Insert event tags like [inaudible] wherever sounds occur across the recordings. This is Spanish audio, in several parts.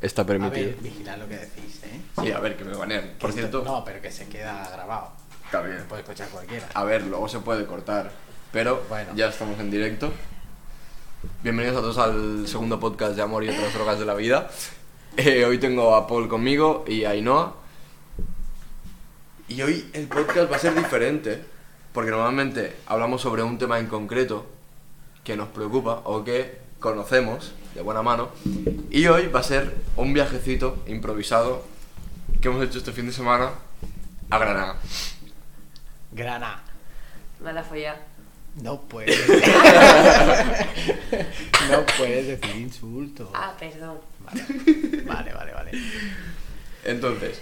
está A permitido. ver, vigilad lo que decís, ¿eh? Sí, a ver, que me banean. Por Que esto- cierto, No, pero que se queda grabado. está bien. Lo puede escuchar cualquiera. A ver, luego se puede cortar. Pero Bueno. ya estamos en directo. Bienvenidos a todos al segundo podcast de Amor y otras drogas de la vida. Eh, hoy tengo a Paul conmigo y a Ainhoa. Y hoy el podcast va a ser diferente. Porque normalmente hablamos sobre un tema en concreto que nos preocupa o que conocemos de buena mano. Y hoy va a ser un viajecito improvisado que hemos hecho este fin de semana a Granada. Grana. Me la Oh. follá. No puedes. [laughs] no puedes decir insultos. Ah, perdón. Vale, vale, vale. Entonces,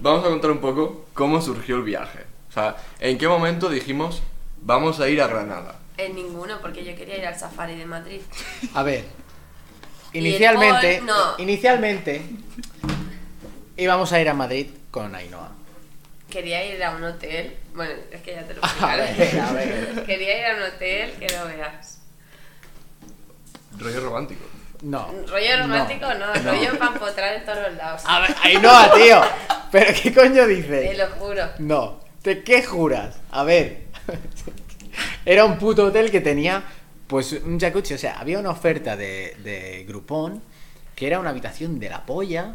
vamos a contar un poco cómo surgió el viaje. O sea, en qué momento dijimos, vamos a ir a Granada. En ninguno, porque yo quería ir al safari de Madrid. A ver. Y el Inicialmente, Paul, no. inicialmente íbamos a ir a Madrid con Ainhoa. Quería ir a un hotel. Bueno, es que ya te lo [laughs] A explicaré. ver, a ver. Quería ir a un hotel que no veas. Rollo romántico. No. Rollo romántico, no, no. rollo para empotrar en todos los lados. A ver, Ainhoa, tío. Pero qué coño Te dices? lo juro. No. ¿De qué juras? A ver. [laughs] Era un puto hotel que tenía pues un jacuzzi, o sea, había una oferta de, de Groupon que era una habitación de la polla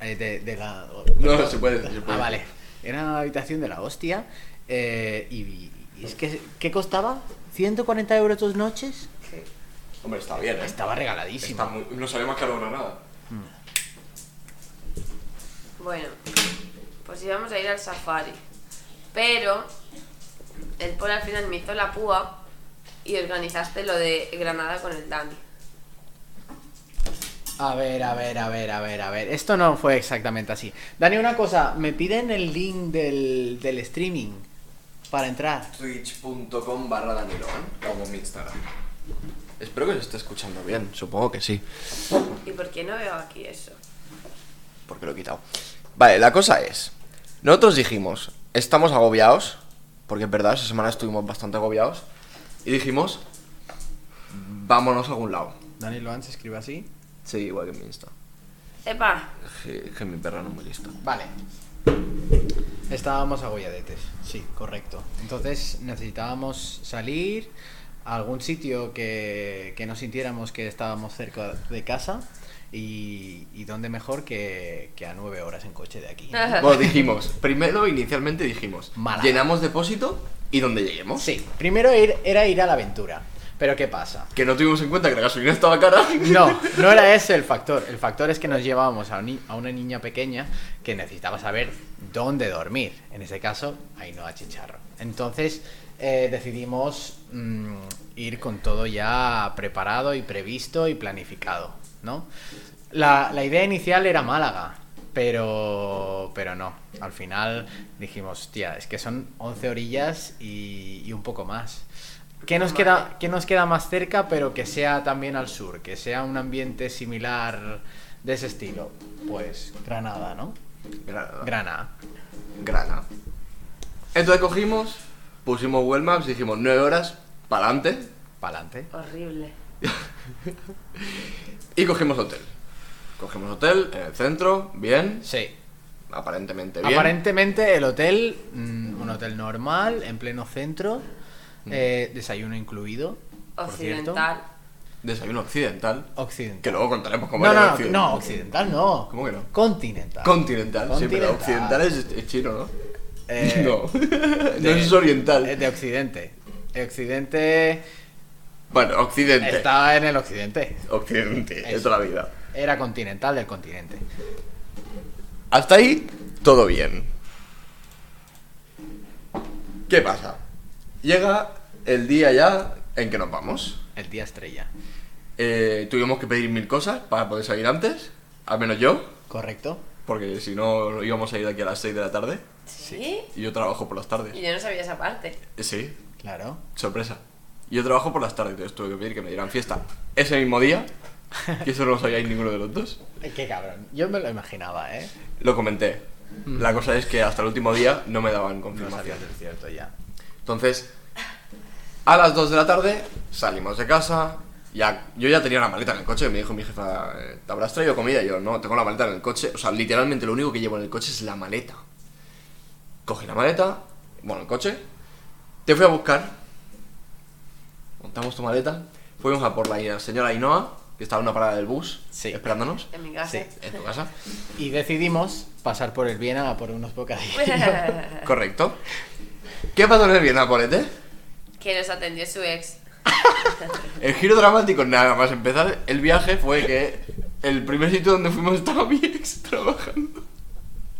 eh, de, de la No, se puede, se Ah, puede. vale. Era una habitación de la hostia. eh, y, y es que, ¿qué costaba? ¿140 euros dos noches? Hombre, está bien, ¿eh? Estaba regaladísimo. Está muy- no sale más caro Granada. Bueno, pues íbamos a ir al safari. Pero el Paul al final me hizo la púa y organizaste lo de Granada con el Dani. A ver, a ver, a ver, a ver, a ver. Esto no fue exactamente así. Dani, una cosa, me piden el link del, del streaming para entrar. Twitch.com barra Danilo, Como mi Instagram. Espero que se esté escuchando bien, supongo que sí, ¿Y por qué no veo aquí eso? porque lo he quitado. Vale, la cosa es, nosotros dijimos, estamos agobiados, porque es verdad, esa semana estuvimos bastante agobiados, y dijimos, vámonos a algún lado. Dani Loan se escribe así. Sí, igual que en mi Insta. Epa, Que, que mi perra no es muy lista. Vale. Estábamos agolladetes, sí, correcto. Entonces necesitábamos salir a algún sitio que, que no sintiéramos que estábamos cerca de casa y, y dónde mejor que, que a nueve horas en coche de aquí. [laughs] Bueno, dijimos, primero inicialmente dijimos, Málaga. llenamos depósito y donde lleguemos. Sí, primero ir- era ir a la aventura. Pero ¿qué pasa? Que no tuvimos en cuenta que la gasolina estaba [laughs] cara. No, no era ese el factor. El factor es que nos llevábamos a, un ni- a una niña pequeña que necesitaba saber dónde dormir. En ese caso, ahí no a Chicharro. Entonces eh, decidimos mm, ir con todo ya preparado y previsto y planificado, ¿no? La, la idea inicial era Málaga, pero, pero no. Al final dijimos, tía, es que son 11 orillas y, y un poco más. ¿Qué nos, queda, ¿Qué nos queda más cerca, pero que sea también al sur? Que sea un ambiente similar de ese estilo. Pues Granada, ¿no? Granada. Granada. Grana. Entonces cogimos, pusimos Google Maps, dijimos 9 horas, para adelante, Pa'lante. horrible. y cogimos hotel. Cogimos hotel en el centro, bien, Sí. aparentemente bien. Aparentemente el hotel, mm, un hotel normal, en pleno centro, Mm. eh, desayuno incluido. por cierto. Occidental. Desayuno occidental, que Occidental. luego contaremos cómo No, era el no, occidental. no, no, occidental no. ¿Cómo que no? Continental. Continental, sí, pero occidental Continental. es, es chino, ¿no? Eh, [laughs] no, no de- es oriental. eh, De occidente. De occidente Bueno, occidente. estaba en el occidente. Occidente, de Eso. toda la vida. Era continental del continente. Hasta ahí, todo bien. ¿Qué pasa? Llega el día ya en que nos vamos. El día estrella. Eh, tuvimos que pedir mil cosas para poder salir antes, al menos yo, ¿Correcto? porque si no íbamos a ir de aquí a las 6 de la tarde ¿Sí? y yo trabajo por las Y tardes. yo no sabía esa parte. Eh, Sí, Claro. sorpresa. Yo trabajo por las tardes, entonces tuve que pedir que me dieran fiesta ese mismo día, que eso no lo sabíais ninguno de los dos. Eh, Qué cabrón. Yo me lo imaginaba, ¿eh? Lo comenté. La cosa es que hasta el último día no me daban confirmación. del cierto ya. Entonces, a las 2 de la tarde salimos de casa, Ya, yo ya tenía la maleta en el coche, me dijo mi jefa, eh, ¿te habrás traído comida? Y yo, no, tengo la maleta en el coche. O sea, literalmente lo único que llevo en el coche es la maleta. Cogí la maleta, bueno, el coche, te fui a buscar, montamos tu maleta, fuimos a por la señora Ainhoa, que estaba en una parada del bus, Sí. [laughs] esperándonos, En mi casa. Sí. en tu casa. Y decidimos pasar por el Viena a por unos bocadillos. Correcto. ¿Qué pasó en el Viena, Polete? que nos atendió [laughs] su ex. El giro dramático, nada más empezar el viaje, fue que el primer sitio donde fuimos estaba mi ex trabajando.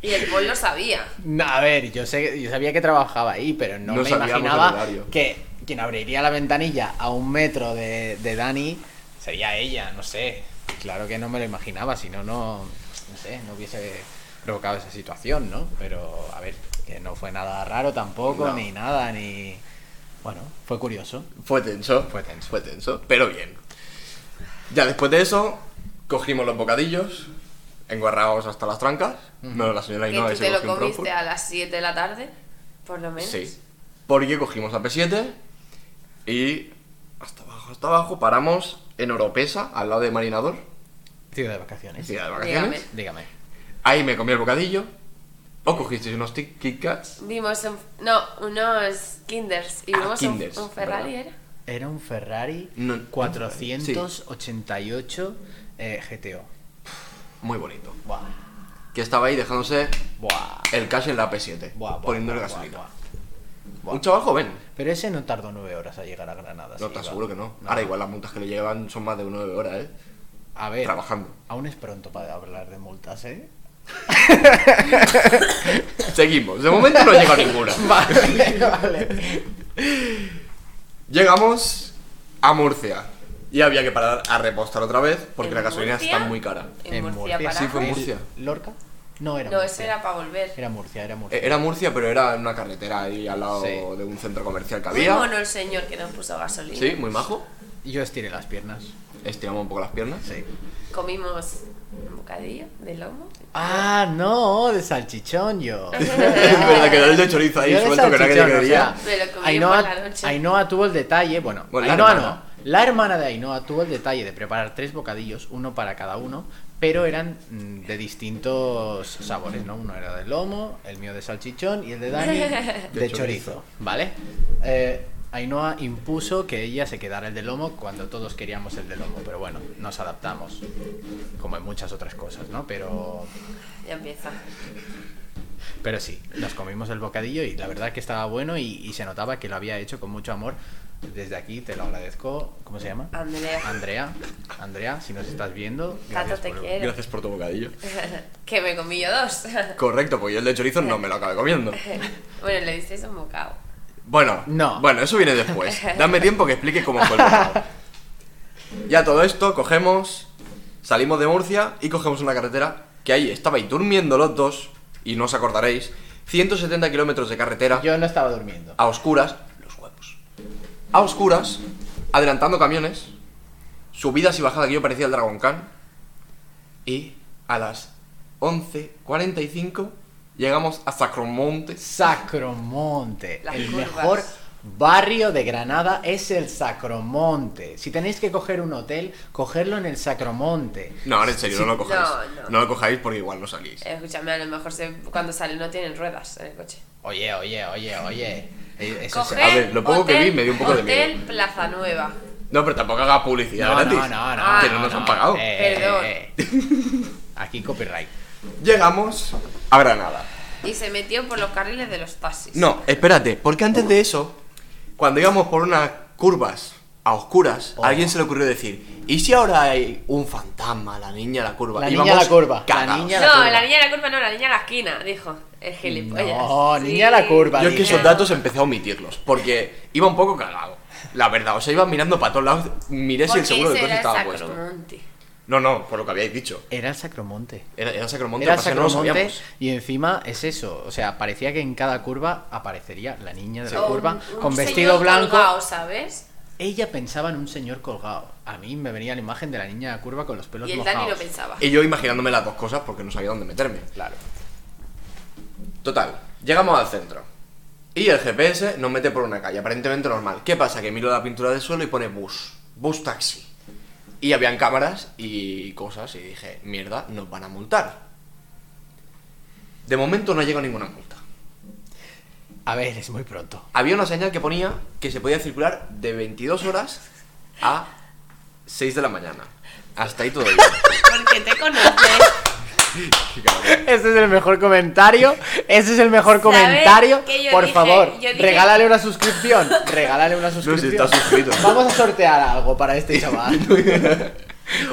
Y el Paul lo sabía. No, a ver, yo sé, yo sabía que trabajaba ahí, pero no, No me sabíamos el imaginaba horario. que quien abriría la ventanilla a un metro de, de Dani sería ella, no sé. Claro que no me lo imaginaba, si no, no, no sé, no hubiese provocado esa situación, ¿no? Pero, a ver, que no fue nada raro tampoco, No. ni nada, ni... Bueno, fue curioso. Fue tenso. Fue tenso. Fue tenso, pero bien. Ya después de eso, cogimos los bocadillos, enguarrados hasta las trancas. No, la señora que Ainhoa tú se te lo cogió un Frankfurt. comiste a las 7 de la tarde, por lo menos. Sí. Porque cogimos la P7 y hasta abajo, hasta abajo, paramos en Oropesa, al lado de Marinador, Tío de vacaciones. ciudad de vacaciones. Dígame. Dígame. Ahí me comí el bocadillo. O cogisteis unos Tic- Kit Kats. Vimos un- no, unos Kinders y Ah, vimos un- Kinders, un, Ferrari, ¿verdad? ¿era? Era un Ferrari No, un 488 eh, GTO. Muy bonito. Buah, Que estaba ahí dejándose buah. el cash en la P7, Buah, buah, poniéndole buah, gasolina. buah, buah. Un chaval joven. Pero ese no tardó nueve horas a llegar a Granada. No, te sí, iba. aseguro que no. Ahora igual las multas que le llevan son más de 9 horas, ¿eh? A ver, Trabajando. aún es pronto para hablar de multas, [laughs] ¿eh? Seguimos. De momento no llega ninguna. [laughs] Vale, vale. Llegamos a Murcia. Y había que parar a repostar otra vez porque ¿En la gasolina Murcia? está muy cara. En, Murcia, para. sí, fue en ¿El Murcia. ¿Lorca? No, era No, Murcia. eso era para volver. Era Murcia, era Murcia. E- Era Murcia, pero era en una carretera ahí al lado Sí. de un centro comercial que Muy mono había. el señor que nos puso gasolina. Sí, muy majo. Yo estiré las piernas. Estiramos un poco las piernas. Sí. Comimos un bocadillo de lomo. Ah, no, de salchichón [laughs] [laughs] yo. Es verdad que el de chorizo ahí Yo de suelto que nadie salchichón, o quería. sea, Me lo comí por la Ainhoa, noche. Ainhoa tuvo el detalle, bueno, Bueno, la Ainhoa hermana. no. La hermana de Ainhoa tuvo el detalle de preparar tres bocadillos, uno para cada uno, pero eran mm, de distintos sabores, ¿no? Uno era de lomo, el mío de salchichón y el de [laughs] Dani de, chorizo, chorizo. ¿vale? Eh, Ainhoa impuso que ella se quedara el de lomo cuando todos queríamos el de lomo, pero bueno, nos adaptamos, como en muchas otras cosas, ¿no? Pero Ya empieza. [laughs] pero sí, nos comimos el bocadillo y la verdad que estaba bueno y, y se notaba que lo había hecho con mucho amor. Desde aquí te lo agradezco. ¿Cómo se llama? Andrea. Andrea. Andrea, si nos estás viendo. Tanto te por- quiero. Gracias por tu bocadillo. que me comí yo dos. [laughs] Correcto, porque yo el de chorizo no me lo acabé [laughs] comiendo. bueno, le disteis un bocado. Bueno, No. bueno, eso viene después. Dame tiempo que explique cómo fue el bocado. Ya todo esto, cogemos, salimos de Murcia y cogemos una carretera que ahí estabais durmiendo los dos, y no os acordaréis, 170 kilómetros de carretera Yo no estaba durmiendo. a oscuras, los huevos. A oscuras, adelantando camiones, subidas y bajadas que yo parecía el Dragon Khan. Y a las 11.45 llegamos a Sacromonte. Sacromonte. Las el curvas. mejor barrio de Granada es el Sacromonte. Si tenéis que coger un hotel, cogerlo en el Sacromonte. No, ahora en serio, [laughs] no lo cojáis. No, no. lo cojáis porque igual no salís. Eh, Escúchame, a lo mejor se- cuando sale no tienen ruedas en el coche. Oye, oye, oye, oye. Eh, eso es- Coger, A ver, lo poco que hotel- vi me dio un poco de miedo. Hotel Plaza Nueva. No, pero tampoco hagas publicidad No, gratis. no, no, no. que no, nos han pagado. Eh, Perdón. eh, Aquí copyright. Llegamos a Granada. Y se metió por los carriles de los taxis. No, espérate, porque antes de eso, cuando íbamos por unas curvas a oscuras, Oh. a alguien se le ocurrió decir, ¿y si ahora hay un fantasma, la niña a la curva? La Y niña a vamos la curva, la cagados. niña a No, curva. la niña de la curva no, la niña de la esquina, dijo el gilipollas. No, Sí. niña de la curva, Yo es que niña. esos datos empecé a omitirlos, porque iba un poco cagado. La verdad, o sea, iba mirando para todos lados, miré si Porque el seguro del ese coche era estaba el puesto. Sacromonte. No, no, por lo que habíais dicho. Era el Sacromonte. Era, era Sacromonte, Era el pasa que no lo Sacromonte sabíamos. y encima es eso, o sea, parecía que en cada curva aparecería la niña de la O curva un- un con señor vestido blanco. colgao, ¿sabes? Ella pensaba en un señor colgado. A mí me venía la imagen de la niña de la curva con los pelos Y el Dani mojados. lo pensaba. Y yo imaginándome las dos cosas porque no sabía dónde meterme. Claro. Total, llegamos al centro. Y el GPS nos mete por una calle, aparentemente normal. ¿Qué pasa? Que miro la pintura del suelo y pone bus. Bus taxi. Y habían cámaras y cosas y dije, mierda, nos van a multar. De momento no llegó ninguna multa. A ver, es muy pronto. Había una señal que ponía que se podía circular de 22 horas a 6 de la mañana. Hasta ahí [laughs] todo bien. Porque te conoces. [laughs] Qué cabrón. [laughs] Ese es el mejor comentario. Ese es el mejor ¿Sabes comentario. qué yo Por dije? favor, Yo dije- regálale una suscripción. Regálale una No, si suscripción. está suscrito. Vamos a sortear algo para este chaval.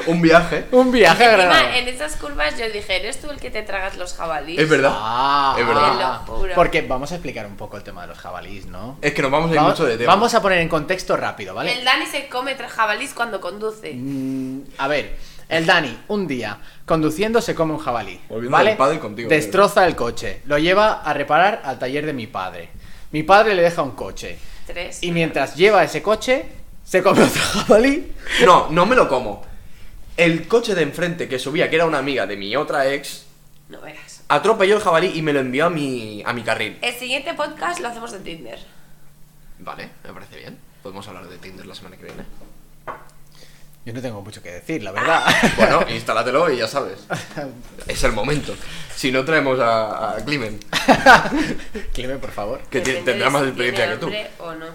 Un viaje. Un viaje a Granada. Encima, en esas curvas yo dije, ¿eres tú el que te tragas los jabalíes? Es verdad. Ah, Es verdad. ah, Qué locura. Porque vamos a explicar un poco el tema de los jabalís, ¿no? Es que nos vamos a ir Vamos, mucho de tema. vamos a poner en contexto rápido, ¿vale? El Dani se come tres jabalís cuando conduce. Mm, a ver, el Dani, un día, conduciendo, se come un jabalí. Volviendo ¿vale? del pádel contigo, Destroza el coche, lo lleva a reparar al taller de mi padre. Mi padre le deja un coche. Tres. Y mientras lleva ese coche, se come otro [laughs] jabalí. No, no me lo como. El coche de enfrente que subía, que era una amiga de mi otra ex, No veas. atropelló el jabalí y me lo envió a mi, a mi carril. El siguiente podcast lo hacemos en Tinder. Vale, me parece bien. Podemos hablar de Tinder la semana que viene. Yo no tengo mucho que decir, la [laughs] verdad. [laughs] Bueno, instálatelo y ya sabes. Es el momento. Si no traemos a, a Climen, Cleme, por favor. que ti- Depende tendrá de más si experiencia que tú. tiene hambre o no.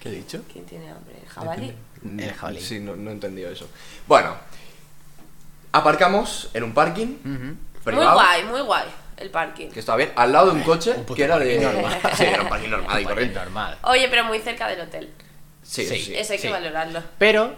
¿Qué he dicho? ¿Quién tiene hambre? ¿El jabalí? El jabalí. Sí, no, no he entendido eso. Bueno, aparcamos en un parking Ujú. privado. Muy guay, muy guay el parking. Que estaba bien, al lado de un coche Un puto que era de. parking normal. [laughs] Sí, era un parking normal y Bueno, corriente. Normal. Oye, pero muy cerca del hotel. Sí, Sí. sí. Eso hay que sí. valorarlo. Pero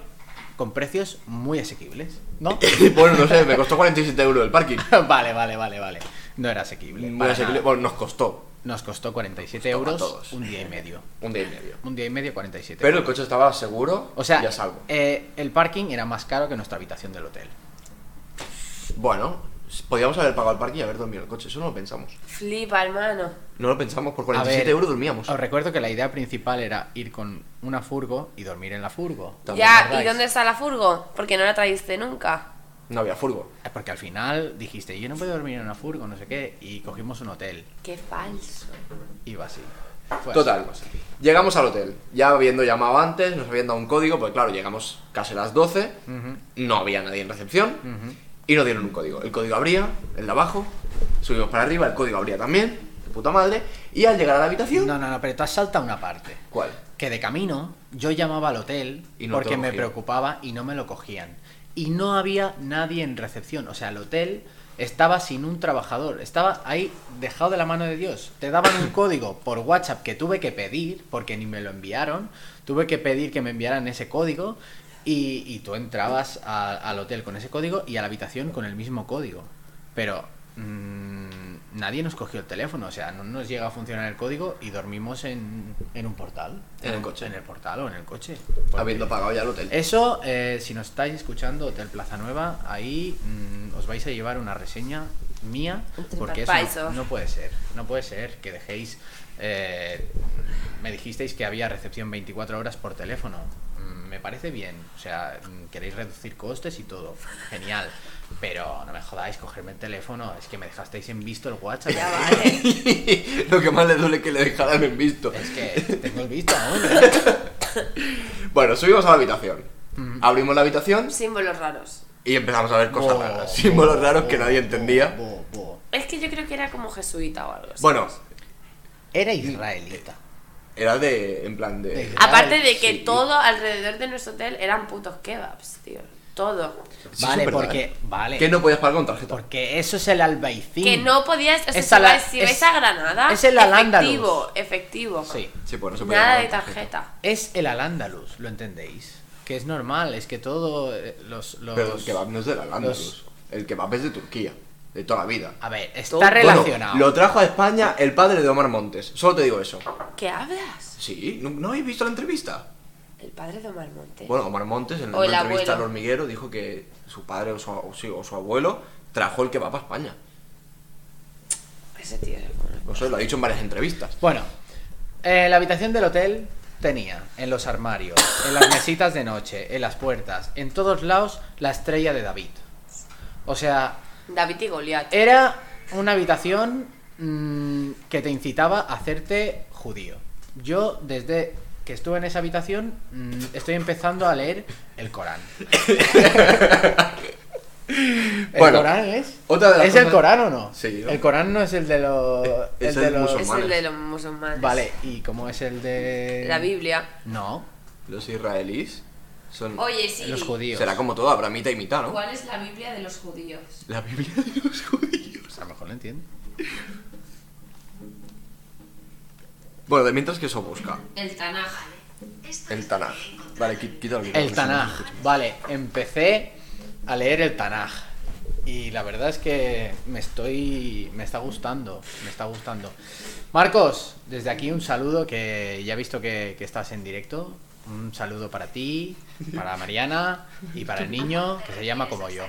con precios muy asequibles, [laughs] ¿no? bueno, no sé, me costó 47 euros el parking. [laughs] vale, vale, vale, vale. No era asequible. Muy para asequible. nada. Bueno, nos costó Nos costó 47 Nos costó a euros todos. un día y medio. un día y medio. Un día y medio, 47 Pero el euros. coche estaba seguro O sea, y a salvo. eh, el parking era más caro que nuestra habitación del hotel. Bueno, podíamos haber pagado el parking y haber dormido en el coche, eso no lo pensamos. Flipa, hermano. No lo pensamos, por A 47 ver, euros dormíamos. Os recuerdo que la idea principal era ir con una furgo y dormir en la furgo. También, Ya, ¿recordáis? ¿y dónde está la furgo? Porque no la trajiste nunca. No había furgo. Eh, Porque al final dijiste, yo no puedo dormir en una furgo, no sé qué, y cogimos un hotel. Qué falso. Iba así. Fue así, Total, pues, fue así. llegamos al hotel. Ya habiendo llamado antes, nos habían dado un código, pues claro, llegamos casi a las 12, Ujú, no había nadie en recepción ujú. y nos dieron un código. El código abría, el de abajo, subimos para arriba, el código abría también, de puta madre, y al llegar a la habitación... No, no, no, pero tú has saltado una parte. ¿Cuál? que de camino yo llamaba al hotel Y no te porque lo me cogían. preocupaba y no me lo cogían. Y no había nadie en recepción. O sea, el hotel estaba sin un trabajador. Estaba ahí dejado de la mano de Dios. Te daban [clears throat] un código por WhatsApp que tuve que pedir porque ni me lo enviaron. Tuve que pedir que me enviaran ese código. Y, y tú entrabas a- al hotel con ese código y a la habitación con el mismo código. Pero mm, nadie nos cogió el teléfono, o sea, no nos llega a funcionar el código y dormimos en, en un portal. En el coche. En el portal o en el coche. Habiendo pagado ya el hotel. Eso, eh, si nos estáis escuchando Hotel Plaza Nueva, ahí mm, os vais a llevar una reseña mía, porque eso no- TripAdvisor. no, puede ser, no puede ser que dejéis... eh, me dijisteis que había recepción 24 horas por teléfono. Mm, Me parece bien, o sea, mm, queréis reducir costes y todo, genial. Pero no me jodáis, cogerme el teléfono, es que me dejasteis en visto el WhatsApp. Ya vale. [laughs] Lo que más le duele es que le dejaran en visto. Es que tengo el visto aún. [laughs] ¿eh? Bueno, subimos a la habitación. Abrimos la habitación Símbolos raros. y empezamos a ver cosas Bo, raras. bo, Símbolos raros bo, que nadie bo, entendía. bo, bo. Es que yo creo que era como jesuita o algo así. Bueno, Era israelita. era de. en plan de. De- Aparte de que Sí. todo alrededor de nuestro hotel eran putos kebabs, tío. Todo. Sí, vale, eso es verdad, porque. ¿eh? Vale. Que no podías pagar con tarjeta. Porque eso es el albaicín. Que no podías. O sea, Es si, a la- vais, si es- vais a Granada. es el al-Ándalus. Efectivo, efectivo. Sí. Sí, pues no se podía Nada pagar de con tarjeta. tarjeta. Es el al-Ándalus, ¿lo entendéis? Que es normal, es que todo. eh, Los. los... Pero el kebab no es de la Andalus. los- El kebab es de Turquía. De toda la vida. A ver, está Todo- relacionado. Bueno, lo trajo a España el padre de Omar Montes. Solo te digo eso. ¿Qué hablas? Sí, ¿no, no habéis visto la entrevista? El padre de Omar Montes. Bueno, Omar Montes en O una el entrevista al abuelo. hormiguero dijo que su padre o su, o sí, o su abuelo trajo el kebab a España. Ese tío es bueno. No sé, lo ha dicho en varias entrevistas. Bueno, eh, la habitación del hotel tenía en los armarios, en las mesitas de noche, en las puertas, en todos lados, la estrella de David. O sea, David y Goliat. Era una habitación mm, que te incitaba a hacerte judío. Yo desde que estuve en esa habitación, mm, estoy empezando a leer [laughs] el Corán. ¿El Bueno, Corán es? otra de las ¿Es el cosas- Corán o no? Sí, El Corán no es el de los. Es el de el los- Es el de los musulmanes. Vale, ¿y cómo es el de. La Biblia. No, Los israelíes son... Oye, sí. los judíos. Será como todo, habrá mitad y mitad, ¿no? ¿Cuál es la Biblia de los judíos? La Biblia de los judíos. Pues a lo mejor lo entiendo. Bueno, de mientras que eso busca. El Tanaj. El Tanaj. Vale, qui- quítalo. quítalo, El que si no se Tanaj. escucha. Vale, empecé a leer el Tanaj. Y la verdad es que me estoy. me está gustando. Me está gustando. Marcos, desde aquí un saludo que ya he visto que, que estás en directo. Un saludo para ti, para Mariana y para el niño que se llama como yo.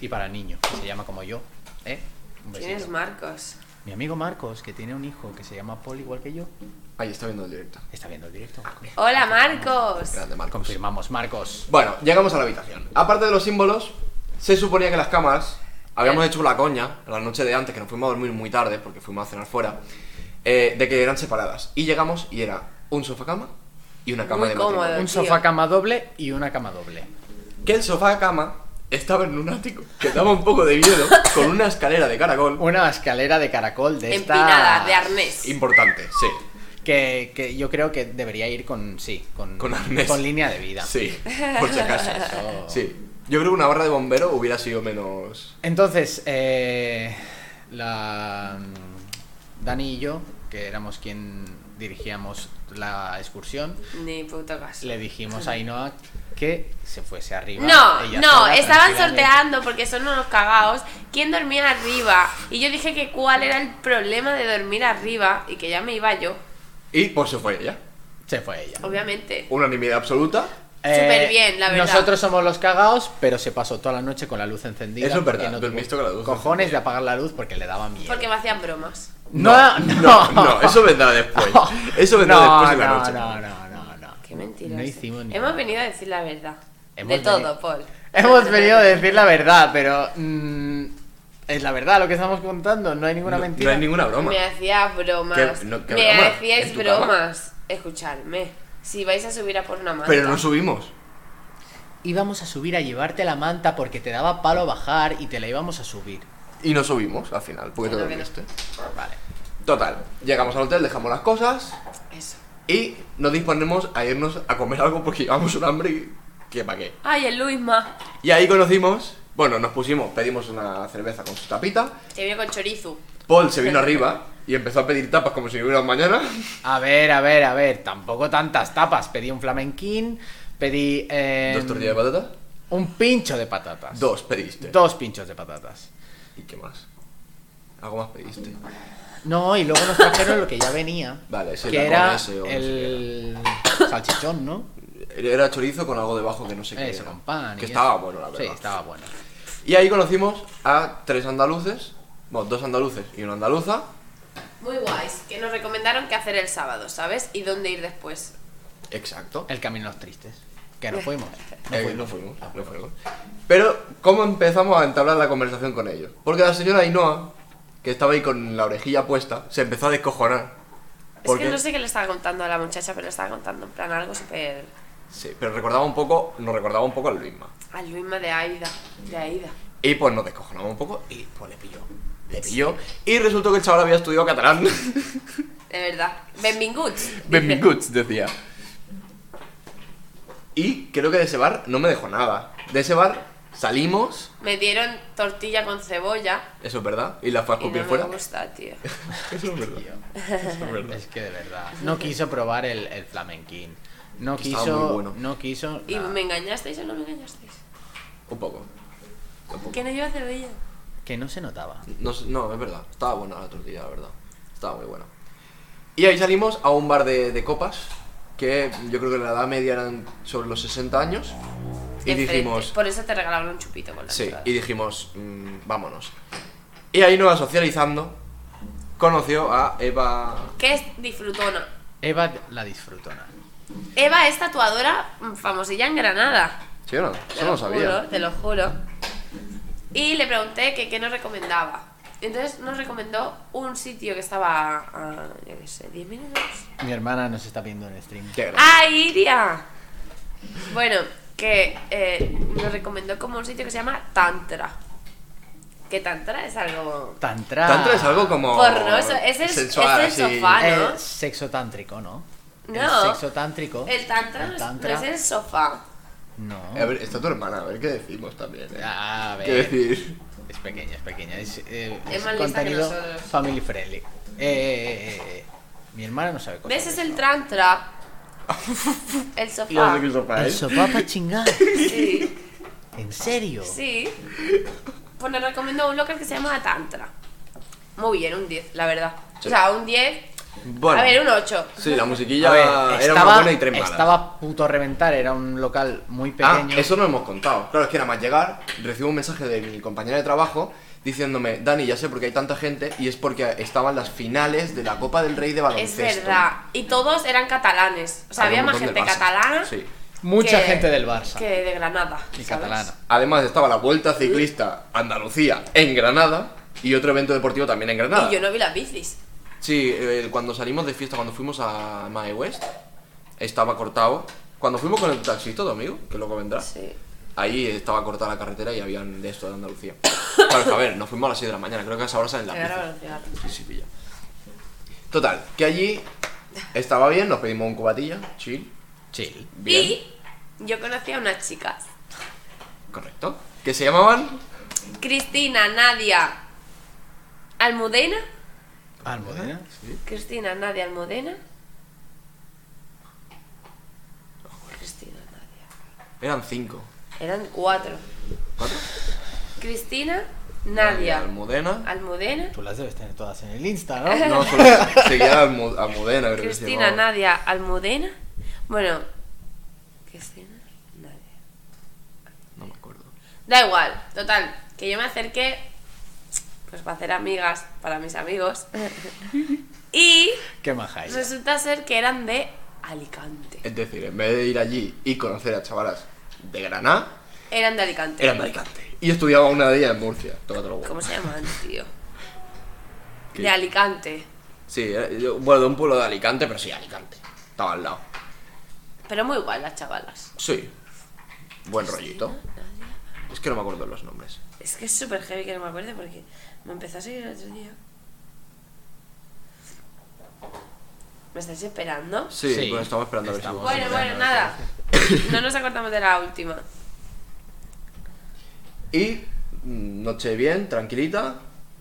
Y para el niño que se llama como yo. ¿Eh? Un ¿Quién es besito. Marcos? Mi amigo Marcos, que tiene un hijo que se llama Paul igual que yo, Ahí está viendo el directo. está viendo el directo. ¡Hola, Marcos! Grande, Marcos. Confirmamos, Marcos. Bueno, llegamos a la habitación. Aparte de los símbolos, se suponía que las camas. Habíamos hecho la coña la noche de antes, que nos fuimos a dormir muy tarde porque fuimos a cenar fuera, eh, de que eran separadas. Y llegamos y era un sofá cama y una cama Muy de cómodo. matrimonio. Un tío. sofá cama doble y una cama doble. Que el sofá cama estaba en un ático que daba un poco de miedo con una escalera de caracol. Una escalera de caracol de esta. Empinada, de arnés. Importante, sí. Que, que yo creo que debería ir con. Sí, con. Con arnés. con línea de vida. Sí, por si acaso. Eso. Sí. Yo creo que una barra de bombero hubiera sido menos. Entonces, eh, la. mm, Dani y yo, que éramos quien dirigíamos la excursión, Ni puto caso. le dijimos a Ainhoa que se fuese arriba. No, ella no, sola, estaban tranquilamente. sorteando porque son unos cagaos. ¿Quién dormía arriba? Y yo dije que cuál era el problema de dormir arriba y que ya me iba yo, Y por eso fue ella. Se fue ella. obviamente. Unanimidad absoluta. Superbién, la verdad. Eh, Nosotros somos los cagaos, pero se pasó toda la noche con la luz encendida. Eso es porque verdad, tuvo dormiste con la luz Cojones de apagar la luz porque le daba miedo. Porque me hacían bromas. No, no, No, no, eso vendrá después. [laughs] Eso vendrá no, después de la no, noche. No, no, no, no. Qué mentira. No hicimos ni Hemos nada. venido a decir la verdad. Hemos de todo, veni- Paul. [laughs] Hemos venido a decir la verdad, pero. mm, es la verdad lo que estamos contando, no hay ninguna No- mentira. No hay ninguna broma. Me hacía bromas. ¿Qué- no- qué me bromas? ¿En hacíais tu cama? bromas. Escuchadme. Si vais a subir a por una manta. Pero no subimos. Íbamos a subir a llevarte la manta porque te daba palo bajar y te la íbamos a subir. Y no subimos al final, porque te No, que no. dormiste. Vale. Total, llegamos al hotel, dejamos las cosas Eso. y nos disponemos a irnos a comer algo porque llevamos un hambre que pa' qué. Ay, el Luisma. Y ahí conocimos, bueno, nos pusimos, pedimos una cerveza con su tapita. Se vio con chorizo. Paul se vino arriba y empezó a pedir tapas como si hubiera un mañana. A ver, a ver, a ver, tampoco tantas tapas. Pedí un flamenquín, pedí. eh, Dos tortillas de patata. Un pincho de patatas. Dos pediste. Dos pinchos de patatas. ¿Y qué más? Algo más pediste. No, y luego nos trajeron lo que ya venía. Vale, ese Que tacón era ese o no sé el salchichón, ¿no? Era chorizo con algo debajo que no sé qué Eso, era. con pan. y Que estaba eso. bueno, la verdad. Sí, estaba bueno. Y ahí conocimos a tres andaluces, bueno, dos andaluces y una andaluza. Muy guays. Que nos recomendaron qué hacer el sábado, ¿sabes? Y dónde ir después. Exacto. El camino de los tristes. Que [laughs] no fuimos. No Eh, fuimos. no fuimos, no fuimos. Pero, ¿cómo empezamos a entablar la conversación con ellos? Porque la señora Ainhoa, que estaba ahí con la orejilla puesta, se empezó a descojonar. Es que no sé qué le estaba contando a la muchacha, pero le estaba contando en plan algo súper. Sí, pero recordaba un poco, nos recordaba un poco al misma. Al Luisma de Aida. De Aida. Y pues nos descojonamos un poco y pues le pilló. Le pilló. Y resultó que el chaval había estudiado catalán. [laughs] De verdad. Benvinguts. Benvinguts, decía. Y creo que de ese bar no me dejó nada. De ese bar salimos, Me dieron tortilla con cebolla. eso es verdad, y la fue a Y no escupir me Ah, fuera. gusta, [laughs] tío. Eso es verdad. Eso es [laughs] verdad. Es que de verdad. No quiso probar el, el flamenquín. No Que estaba quiso. muy bueno. No quiso. ¿Y nada. me engañasteis o no me engañasteis? Un poco. Un poco. Que no lleva cebolla. Que no se notaba. No, sé- no, es verdad. Estaba buena la tortilla, la verdad. Estaba muy buena. Y ahí salimos a un bar de, de copas, que yo creo que la edad media eran sobre los 60 años. Y De frente. dijimos, Por eso te regalaron un chupito con la Sí, entrada. y dijimos, mm, vámonos. Y ahí nos va socializando. Conoció a Eva. Que es disfrutona. Eva la disfrutona. Eva es tatuadora mm, famosilla en Granada. ¿Sí o no? Te Eso lo no lo sabía. Juro, te lo juro. Y le pregunté que qué nos recomendaba. Y entonces nos recomendó un sitio que estaba a, yo qué sé, 10 minutos. Mi hermana nos está viendo en stream. Qué gracioso. ¡Ah, Iria! Bueno, que eh, nos recomendó como un sitio que se llama Tantra. Que Tantra es algo... Tantra. Tantra es algo como. Pornoso, es el- sensual, es el así. sofá. Ah, ¿no? Eh, sexo tántrico, ¿no? No. El sexo tántrico. El Tantra, El no es- tantra. no es el sofá. No. A ver, está tu hermana, a ver qué decimos también. ¿eh? A ¿Qué ver. decir? Es pequeña, es pequeña. Es, eh, Es es más lista que contenido nosotros. family friendly. Eh, eh, eh, eh, Mi hermana no sabe cosas ¿Ves? de Es eso. el Tantra. El No sofá. sé qué sofá El es. sofá eh? [laughs] para chingar. Sí. ¿En serio? Sí. Pues nos recomendó un local que se llama Tantra. Muy bien, un 10, la verdad. O sea, un 10. Bueno. A ver, un 8. Sí, la musiquilla A era ver, estaba, una buena y tres malas. estaba puto a reventar, era un local muy Ah, pequeño. eso no lo hemos contado. Claro, es que nada más llegar, recibo un mensaje de mi compañera de trabajo diciéndome, Dani, ya sé por qué hay tanta gente y es porque estaban las finales de la Copa del Rey de Es baloncesto. verdad. Y todos eran catalanes. O sea, había un más montón gente del Barça. catalana Sí. Mucha que- gente del Barça. que de Granada. Y ¿sabes? catalana. Además estaba la Vuelta Ciclista Andalucía en Granada y otro evento deportivo también en Granada. Y yo no vi las bicis. Sí, eh, cuando salimos de fiesta, cuando fuimos a My West, estaba cortado. Cuando fuimos con el taxista, tu amigo, que luego vendrá. Sí. Ahí estaba cortada la carretera y habían de esto de Andalucía. Claro, que, a ver, nos fuimos a las 6 de la mañana, creo que a esa hora salen las Me agarra bicis. velocidad. Sí, sí, pilla. Total, que allí estaba bien, nos pedimos un cubatilla, chill, Chill. bien, Y yo conocí a unas chicas. correcto. Que se llamaban Cristina, Nadia, Almudena. Almudena. Cristina, Nadia, Almudena. Cristina, Nadia. eran cinco. Eran cuatro. ¿Cuatro? Cristina, Nadia, Almudena. Almudena. Tú las debes tener todas en el Insta, [laughs] ¿no? No, solo seguía Almu- Almudena, creo que Cristina, se llamaba. Nadia, Almudena. Bueno, Cristina, Nadia. No me acuerdo. Da igual, total, que yo me acerqué pues para hacer amigas para mis amigos. y Qué maja ella. resulta ser que eran de Alicante. Es decir, en vez de ir allí y conocer a chavalas de Granada, Eran de Alicante. eran de Alicante. Y estudiaba una de ellas en Murcia. Tócate los huevos. ¿Cómo se llaman, tío? ¿Qué? De Alicante. Sí, era- yo- bueno, de un pueblo de Alicante, pero sí, Alicante. Estaba al lado. Pero muy igual las chavalas. Sí. Buen rollito. Es que no me acuerdo los nombres. Es que es súper heavy que no me acuerde porque me empezó a seguir el otro día. ¿Me estáis esperando? Sí, Sí. bueno, estamos esperando a ver Estamos. si... Bueno, bueno, nada. [coughs] No nos acordamos de la última. Y mm, noche bien, tranquilita.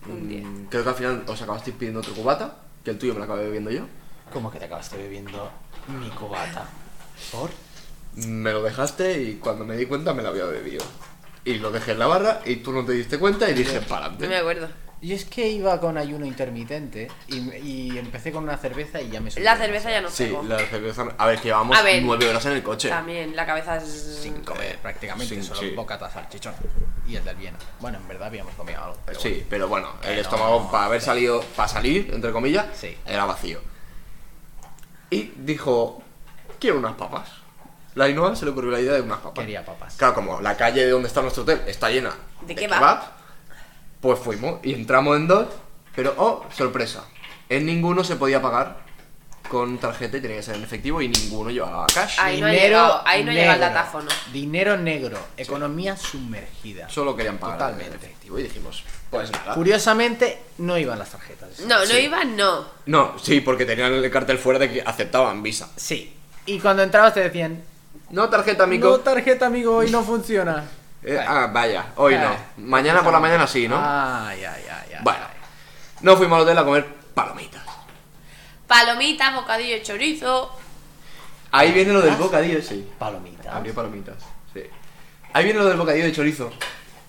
Un Mm, diez. Creo que al final os acabasteis pidiendo otro cubata, que el tuyo me lo acabé bebiendo yo. ¿Cómo que te acabaste bebiendo mi cubata? ¿Por? Me lo dejaste y cuando me di cuenta me lo había bebido. Y lo dejé en la barra y tú no te diste cuenta y dije, No me pa'lante. acuerdo. Yo es que iba con ayuno intermitente y, y empecé con una cerveza y ya me subió La cerveza ya no Sí, pegó. la cerveza... A ver, que llevamos A ver. nueve horas en el coche. También, la cabeza es... Sin comer prácticamente, Eh, Sin- solo sí. bocatas salchichón y el del Viena. Bueno, en verdad habíamos comido algo. pero Sí, bueno. pero bueno, el Que estómago no. para haber salido, para salir, entre comillas, Sí. era vacío. Y dijo, quiero unas papas. La Ainhoa se le ocurrió la idea de unas papas. Quería papas. Claro, como la calle de donde está nuestro hotel está llena ¿De kebab? pues fuimos y entramos en dos, pero oh, sorpresa, en ninguno se podía pagar con tarjeta y tenía que ser en efectivo y ninguno llevaba cash. Ay. Ahí no ha llegado- ahí no ha llegado el datáfono. Dinero negro, economía sumergida. Solo querían pagar en Totalmente. efectivo y dijimos, pues nada. Curiosamente, no iban las tarjetas. No, no Sí. iba, no. No, sí, porque tenían el cartel fuera de que aceptaban visa. Sí. Y cuando entrabas te decían, No tarjeta, amigo. no tarjeta, amigo, hoy no funciona. Eh, ah, vaya, hoy no. Mañana por la mañana sí, Ah. ¿no? Ay, ay, ay, ay. Bueno, ay. nos fuimos al hotel a comer palomitas. Palomita, bocadillo, chorizo. Ahí viene lo del bocadillo, sí. Palomitas. Abrió palomitas, sí. Ahí viene lo del bocadillo de chorizo.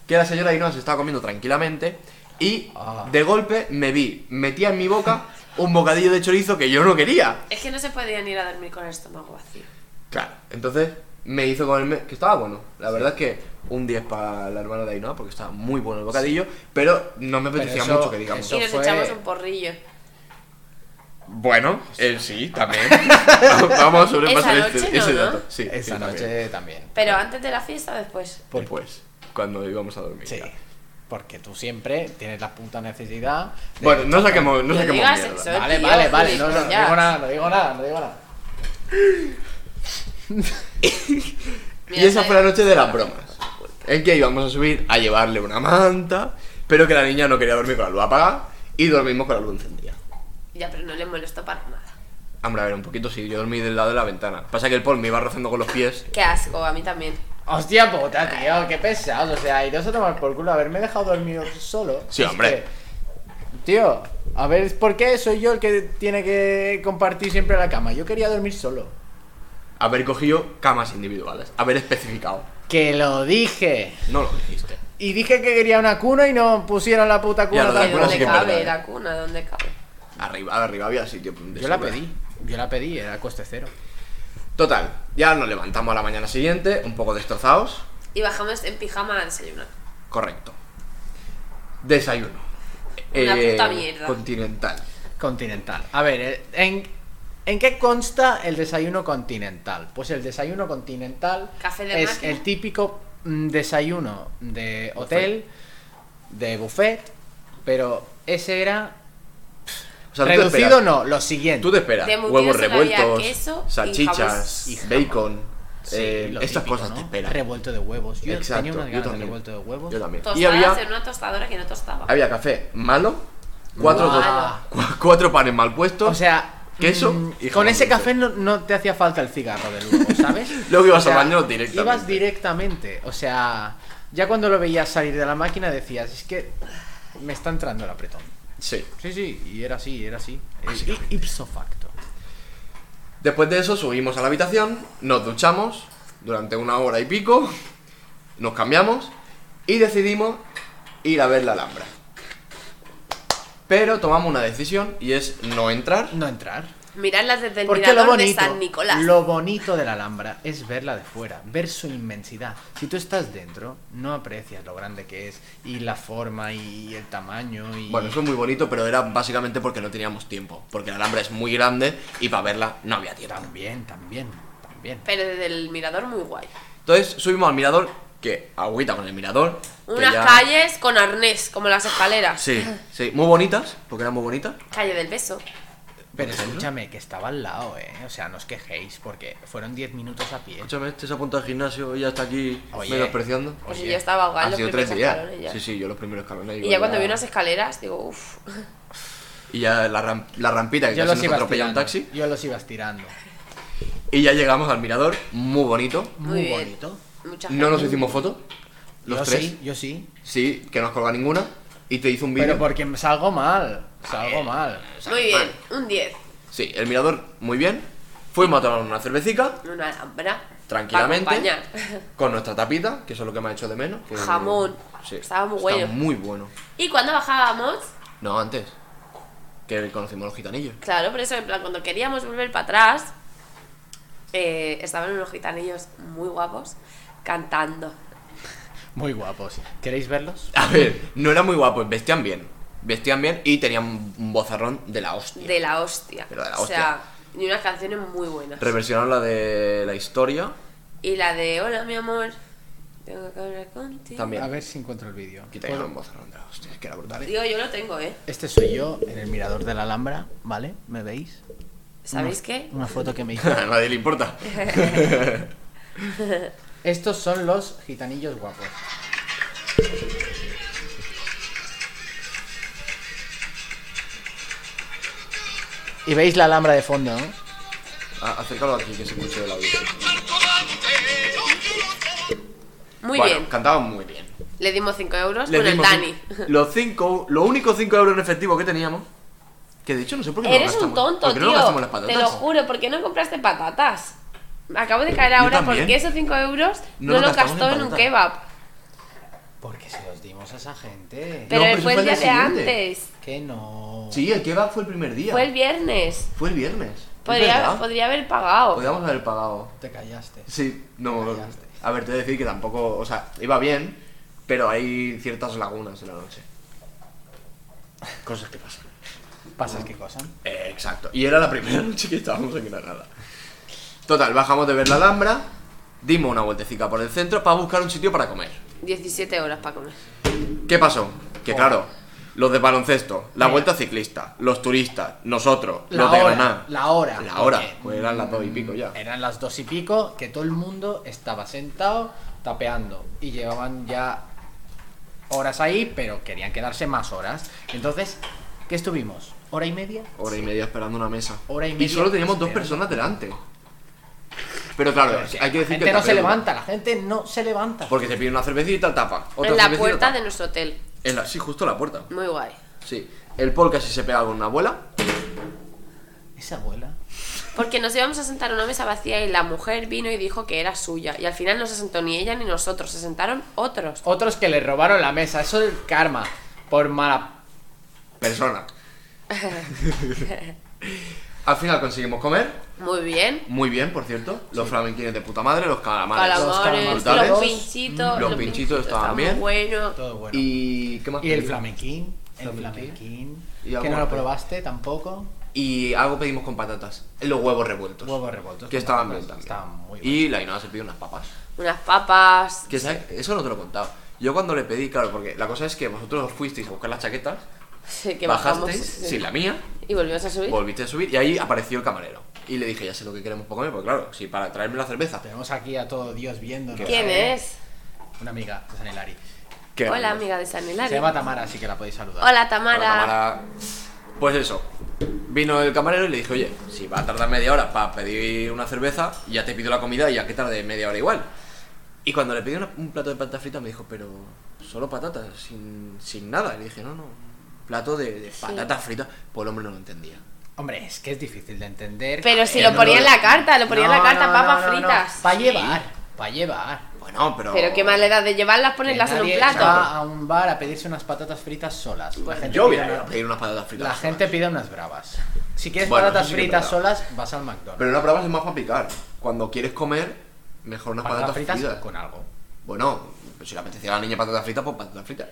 Que la señora Ainhoa se estaba comiendo tranquilamente y Ah. de golpe me vi, metía en mi boca un bocadillo de chorizo que yo no quería. Es que no se podían ir a dormir con el estómago vacío. Claro, entonces me hizo comerme, que estaba bueno. La verdad es que un 10 para la hermana de Ainhoa porque estaba muy bueno el bocadillo, pero no me Pero apetecía eso- mucho que digamos. Eso y nos fue- echamos un porrillo. Bueno, él sí, también. [laughs] Vamos a sobrepasar Esa noche este- no, ese ¿no? dato. Sí, Esa sí, noche también. también. pues. Pero antes de la fiesta o después. Después, cuando íbamos a dormir. Sí. ya. Porque tú siempre tienes la puta necesidad. de- Bueno, no saquemos, no No saquemos digas mierda. eso. Vale, tío, vale, vale. No, no, no gilipollas. digo nada, no digo nada, no digo nada. Y esa fue la noche de las bromas. En que íbamos a subir a llevarle una manta, pero que la niña no quería dormir con la luz apagada y dormimos con la luz encendida. Ya, pero no le molestó para nada. Hombre, a ver, un poquito sí, yo dormí del lado de la ventana. Pasa que el Paul me iba rozando con los pies. Qué asco, a mí también. Hostia puta, tío, qué pesado. O sea, iros a tomar por culo, haberme dejado dormir solo. Sí, Es hombre. que, tío, a ver, ¿por qué soy yo el que tiene que compartir siempre la cama? Yo quería dormir solo. Haber cogido camas individuales, haber especificado. Que lo dije. No lo dijiste. Y dije que quería una cuna y no pusieron la puta Ya, cuna. lo de la ¿Y tampoco. cuna sí que dónde es cabe verdad, eh. la cuna? ¿Dónde cabe? Arriba, arriba había sitio. de Yo la sobra. pedí, yo la pedí, era coste cero. Total, ya nos levantamos a la mañana siguiente, un poco destrozados. Y bajamos en pijama a desayunar. Correcto. Desayuno. Eh, Una puta mierda. Continental. Continental. A ver, eh, ¿en, ¿en qué consta el desayuno continental? Pues el desayuno continental Café de es máquina. el típico mm, desayuno de hotel, de buffet, pero ese era O sea, tú te reducido esperas- no, lo siguiente. Tú te esperas De embutidos huevos solo había revueltos, queso y salchichas, jamón. Y jamón. bacon, Sí, eh, lo estas típico, cosas te ¿no? esperan. Revuelto de huevos. Yo Exacto, tenía unas yo ganas de también. revuelto de huevos. Yo también. Tostadas Y había, en una tostadora que no tostaba. había café malo, cuatro, Guau. tost- cu- [laughs] cuatro panes mal puestos. O sea, Queso mm, y jamón con ese dulce. café no, no te hacía falta el cigarro de [laughs] luego, ¿sabes? Luego ibas O sea, al baño directamente. Ibas directamente, o sea, ya cuando lo veías salir de la máquina decías, es que me está entrando el apretón. Sí. Sí, sí, y era así, era así. Básicamente. Y ipso facto. Después de eso subimos a la habitación, nos duchamos durante una hora y pico, nos cambiamos y decidimos ir a ver la Alhambra. Pero tomamos una decisión y es no entrar. No entrar. Miradlas desde el Porque lo mirador bonito, de San Nicolás. lo bonito de la Alhambra es verla de fuera, ver su inmensidad. Si tú estás dentro, no aprecias lo grande que es y la forma y el tamaño y Bueno, eso es muy bonito, pero era básicamente porque no teníamos tiempo. Porque la Alhambra es muy grande y para verla no había tiempo. también, también, también. Pero desde el mirador muy guay. Entonces subimos al mirador, que agüita con el mirador. que Unas ya- calles con arnés, como las escaleras. Sí, sí, muy bonitas, porque eran muy bonitas. Calle del beso. Pero escúchame, que estaba al lado, ¿eh? O sea, no os quejéis, porque fueron 10 minutos a pie. Escúchame, este se apunta al gimnasio y ya está aquí Oye. menospreciando. Pues Oye, yo estaba ahogada en Han los sido primeros tres días. escalones ya. Sí, sí, yo los primeros escalones. Y igual ya cuando vi unas escaleras, digo, uff. Y ya la, ram- la rampita que Yo casi los nos iba atropella un estirando. taxi. Yo los iba estirando. Y ya llegamos al mirador, muy bonito. Muy, Muy bien. bonito. [laughs] Mucha No nos gente. hicimos fotos, los yo tres. sí, yo sí. Sí, que no has colgado ninguna. Y te hizo un vídeo. Pero porque me salgo mal. Salgo mal. Muy bien, un 10. Sí, el mirador, muy bien. Fuimos a tomar una cervecica, Una alhambra. tranquilamente. Para acompañar. [laughs] Con nuestra tapita, que eso es lo que me ha hecho de menos. que- Jamón. Estaba muy está bueno. muy bueno. Y cuando bajábamos, No, antes. Que conocimos los gitanillos. claro, por eso, en plan, cuando queríamos volver para atrás, eh, estaban unos gitanillos muy guapos cantando. Muy guapos. ¿Queréis verlos? A ver, no era muy guapo, vestían bien. Vestían bien y tenían un bozarrón de la hostia. De la hostia. Pero de la o sea, y unas canciones muy buenas. Reversionaron la de la historia. Y la de Hola, mi amor. Tengo que hablar contigo. También. Bien. A ver si encuentro el vídeo. Que tenían un bozarrón de la hostia, es que era brutal. [laughs] ¿eh? Digo, yo lo tengo, ¿eh? Este soy yo en el mirador de la Alhambra, ¿vale? ¿Me veis? ¿Sabéis Mm. Una- qué? Una foto que [laughs] me hizo. A nadie le importa. Estos son los gitanillos guapos. Y veis la Alhambra de fondo, ¿no? A- acércalo aquí que se escuche el audio. Muy Bueno, bien. Cantaban muy bien. Le dimos 5 euros Les con el dimos Dani. [laughs] cin- Los cinco, los únicos 5 euros en efectivo que teníamos. Que de hecho no sé por qué no Eres lo gastamos. un tonto, ¿Por qué tío. no lo gastamos en las Te patatas? lo juro, ¿por qué no compraste patatas? Acabo de caer Yo ahora también. porque esos 5 euros No no, lo los gastamos gastó en en un patatas. kebab. Porque se los dimos a esa gente. Pero Pero, eso fue el fue día el de día siguiente. antes. que no. Sí, el kebab fue el primer día. Fue el viernes. Fue el viernes. Es Podría, verdad. podría haber pagado. Podríamos haber pagado. Te callaste. Sí, no. callaste. A ver, te voy a decir que tampoco. O sea, iba bien, pero hay ciertas lagunas en la noche. Cosas que pasan. ¿Pasas qué cosa? Eh, exacto. Y era la primera [laughs] noche que estábamos en Granada. Total, bajamos de ver la Alhambra, dimos una vueltecita por el centro para buscar un sitio para comer. 17 horas para comer. ¿Qué pasó? Que Oh. claro, los de baloncesto, la Mira. vuelta ciclista, los turistas, nosotros, La los de hora, Granada. la hora. Eh, La hora, porque, pues eran las dos y pico ya. Eran las dos y pico que todo el mundo estaba sentado tapeando y llevaban ya horas ahí, pero querían quedarse más horas. Entonces, ¿qué estuvimos? ¿Hora y media? Hora y media esperando una mesa. Hora y media solo teníamos dos esperando. personas delante. Pero claro, Pero es hay que decir la gente que no se tapeo- levanta, la gente no se levanta. Porque se pide una cervecita, tapa. Otra En la cervecita, puerta tapa. de nuestro hotel. En la- Sí, justo en la puerta. Muy guay. Sí. El Paul casi se pega con una abuela. Esa abuela. Porque nos íbamos a sentar a una mesa vacía y la mujer vino y dijo que era suya. Y al final no se sentó ni ella ni nosotros, se sentaron otros. Otros que le robaron la mesa, eso es karma. Por mala. [laughs] Persona. Al final conseguimos comer. Muy bien. Muy bien, por cierto. Los flamenquines de puta madre, los calamares. Calamares, calamares. los pinchitos. Mm, los pinchitos estaban muy bien. buenos. Todo bueno. Y, Y. ¿Qué más? el pedimos? flamenquín. El Flamenquín. flamenquín. Y que algo no lo más. probaste tampoco. Y algo pedimos con patatas. Los huevos revueltos. Huevos revueltos. Que con estaban patatas, bien también. Estaban muy buenos. y la Ainhoa se pidió unas papas. Unas papas. [laughs] Que ¿sabes? eso no te lo he contado. Yo cuando le pedí, claro, porque la cosa es que vosotros os fuisteis a buscar las chaquetas, Sí, que bajamos. bajasteis sí. sin la mía, Y volvimos a subir. volviste a subir y ahí apareció el camarero. Y le dije, ya sé lo que queremos para comer, porque claro, si para traerme la cerveza. Tenemos aquí a todo Dios viendo. ¿Quién es? Una amiga de San Hilari. que Hola, vamos. amiga de San Se Hilario. llama Tamara, así que la podéis saludar. Hola, Hola, Tamara. Tamara. Pues eso. Vino el camarero y le dije, oye, si va a tardar media hora para pedir una cerveza, ya te pido la comida y ya que tarde media hora igual. Y cuando le pedí una- un plato de patatas fritas me dijo, pero solo patatas, sin, sin nada. Y le dije, no, no, plato de, de patatas fritas. Pues el hombre no lo entendía. Hombre, es que es difícil de entender. Pero si Eh, lo no ponía lo- en la carta, lo ponía en la carta, papas fritas. Para llevar, para llevar. Bueno, pero... Pero qué más le das de llevarlas, Que ponerlas en un nadie plato. va a un bar a pedirse unas patatas fritas solas. La pues, gente Yo voy pide a ir una- a pedir unas patatas fritas. La gente pide unas bravas. Si quieres Bueno, patatas eso sí que es fritas verdad. solas, vas al McDonald's. Pero una prueba es más para picar. Cuando quieres comer, mejor unas patatas, patatas, fritas, fritas. con algo. Bueno, pues si le apetecía a la niña patatas fritas, pues patatas fritas.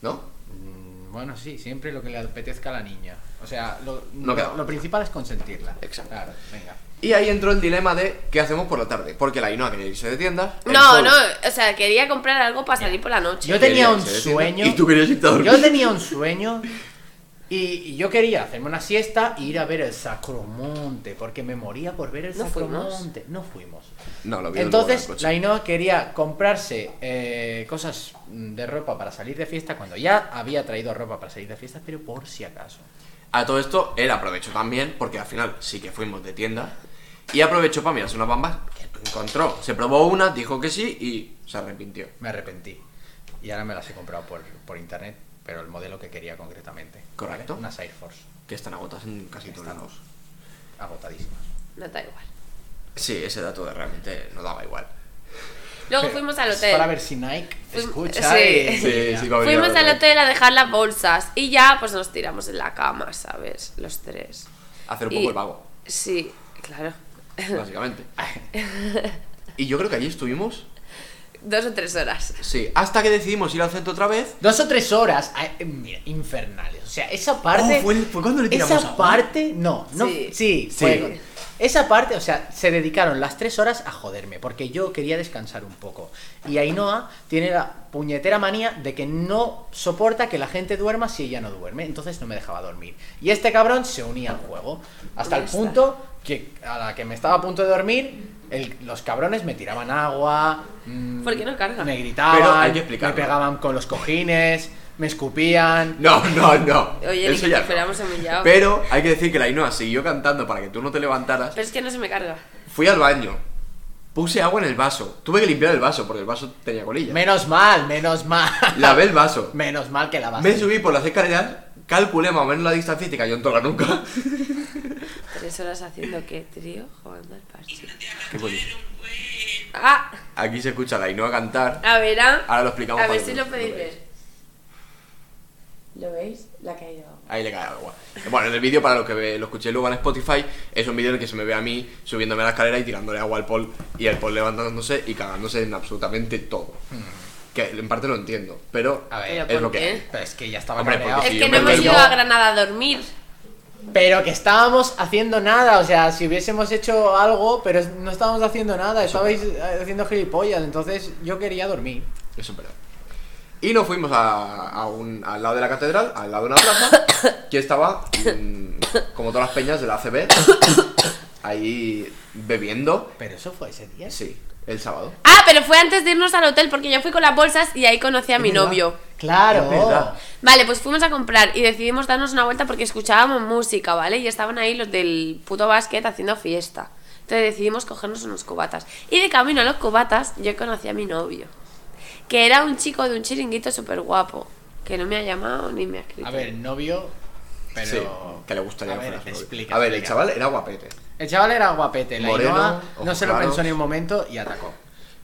¿No? Mm, Bueno, sí, siempre lo que le apetezca a la niña. O sea, lo, No queda lo, otra. lo principal es consentirla. Exacto. Claro, venga. Y ahí entró el dilema de qué hacemos por la tarde, porque la Ainhoa quería irse de tiendas. el No, Paul- no, o sea, quería comprar algo para salir por la noche. Yo tenía quería un irse de tiendas, sueño. Y tú querías irte a dormir. Yo tenía un sueño y, y yo quería hacerme una siesta e ir a ver el Sacromonte, porque me moría por ver el No fuimos. Sacromonte. No fuimos. No, lo vi Entonces, luego en el coche. la Ainhoa quería comprarse eh, cosas mm, de ropa para salir de fiesta cuando ya había traído ropa para salir de fiesta, pero por si acaso. A todo esto, él aprovechó también, porque al final sí que fuimos de tiendas. Y aprovechó para mirarse unas bambas que encontró. Se probó una, dijo que sí y se arrepintió. Me arrepentí. Y ahora me las he comprado por, por internet, pero el modelo que quería concretamente. ¿vale? Correcto. Unas Air Force, Que están agotadas en casi todos Están. lados. agotadísimas. No da igual. Sí, ese dato de realmente no daba [laughs] igual. Luego Pero fuimos al es Para hotel. ver si Nike te Fuim- escucha. sí. y- Sí, sí, va a venir Fuimos a al ver. hotel a dejar las bolsas y ya pues nos tiramos en la cama, ¿sabes? Los tres. Hacer un Y- poco el [laughs] vago, Sí, claro. básicamente. y yo creo que allí estuvimos, Dos o tres horas. sí, hasta que decidimos ir al centro otra vez [laughs] Dos o tres horas, ah, eh, mira, infernales. O sea, esa parte. Oh, fue el- fue cuando le tiramos Esa agua. parte, no, no. Sí. Sí, Sí. fue con- Esa parte, o sea, se dedicaron las tres horas a joderme, porque yo quería descansar un poco. Y Ainhoa tiene la puñetera manía de que no soporta que la gente duerma si ella no duerme, entonces no me dejaba dormir. Y este cabrón se unía al juego, hasta el Ya está. punto que a la que me estaba a punto de dormir, el- los cabrones me tiraban agua. mm, ¿Por qué no carga? Me gritaban, Pero hay que explicarlo. me pegaban con los cojines, me escupían. No, no, no. Oye, ni Eso que ya te no. fuéramos humillados. Pero... Pero hay que decir que la Ainhoa siguió cantando para que tú no te levantaras. es que no se me carga. Fui al baño. Puse agua en el vaso. Tuve que limpiar el vaso porque el vaso tenía colilla. Menos mal, menos mal. Lavé el vaso. [laughs] Menos mal que lavaste. Me subí por las escaleras, calculé más o menos la distancia y te cayó en toda la nuca. Tres horas haciendo qué, trío, jugando al parche. Qué bonito. Ah, Aquí se escucha a la Ainhoa cantar. a ver, ah. Ahora lo explicamos A para ver que si lo- lo podéis lo veáis. ver. ¿Lo veis? La ha caído. Ahí le cae agua. Bueno, en el vídeo, para los que ve- lo escuchéis luego en Spotify, es un vídeo en el que se me ve a mí subiéndome a la escalera y tirándole agua al Paul y el Paul levantándose y cagándose en absolutamente todo. Que en parte lo entiendo, pero Mm. A ver, Pero es ¿por lo que qué? hay. Pero es que ya estaba Hombre, cabreado. porque Es Sí, que yo no me hemos duermo. ido a Granada a dormir. Pero que estábamos haciendo nada, o sea, si hubiésemos hecho algo, pero es- no estábamos haciendo nada, estabais eh, haciendo gilipollas, entonces yo quería dormir. Eso es verdad. Y nos fuimos a, a un- al lado de la catedral, al lado de una [coughs] plaza, que estaba, mm, como todas las peñas de la ACB, ahí bebiendo. Pero eso fue ese día. Sí, el sábado. Ah, pero fue antes de irnos al hotel porque yo fui con las bolsas y ahí conocí a mi verdad. novio. Es verdad. Claro. Vale, pues fuimos a comprar y decidimos darnos una vuelta porque escuchábamos música, ¿vale? Y estaban ahí los del puto basket haciendo fiesta. Entonces decidimos cogernos unos cubatas. Y de camino a los cubatas yo conocí a mi novio, que era un chico de un chiringuito súper guapo, que no me ha llamado ni me ha escrito. A ver, novio, pero. Sí, que le gustaría A ver, fuera su novio. explica, A ver, el explica. chaval era guapete. El chaval era guapete, la Moreno, Ainhoa no ojos se lo claros. pensó ni un momento y atacó.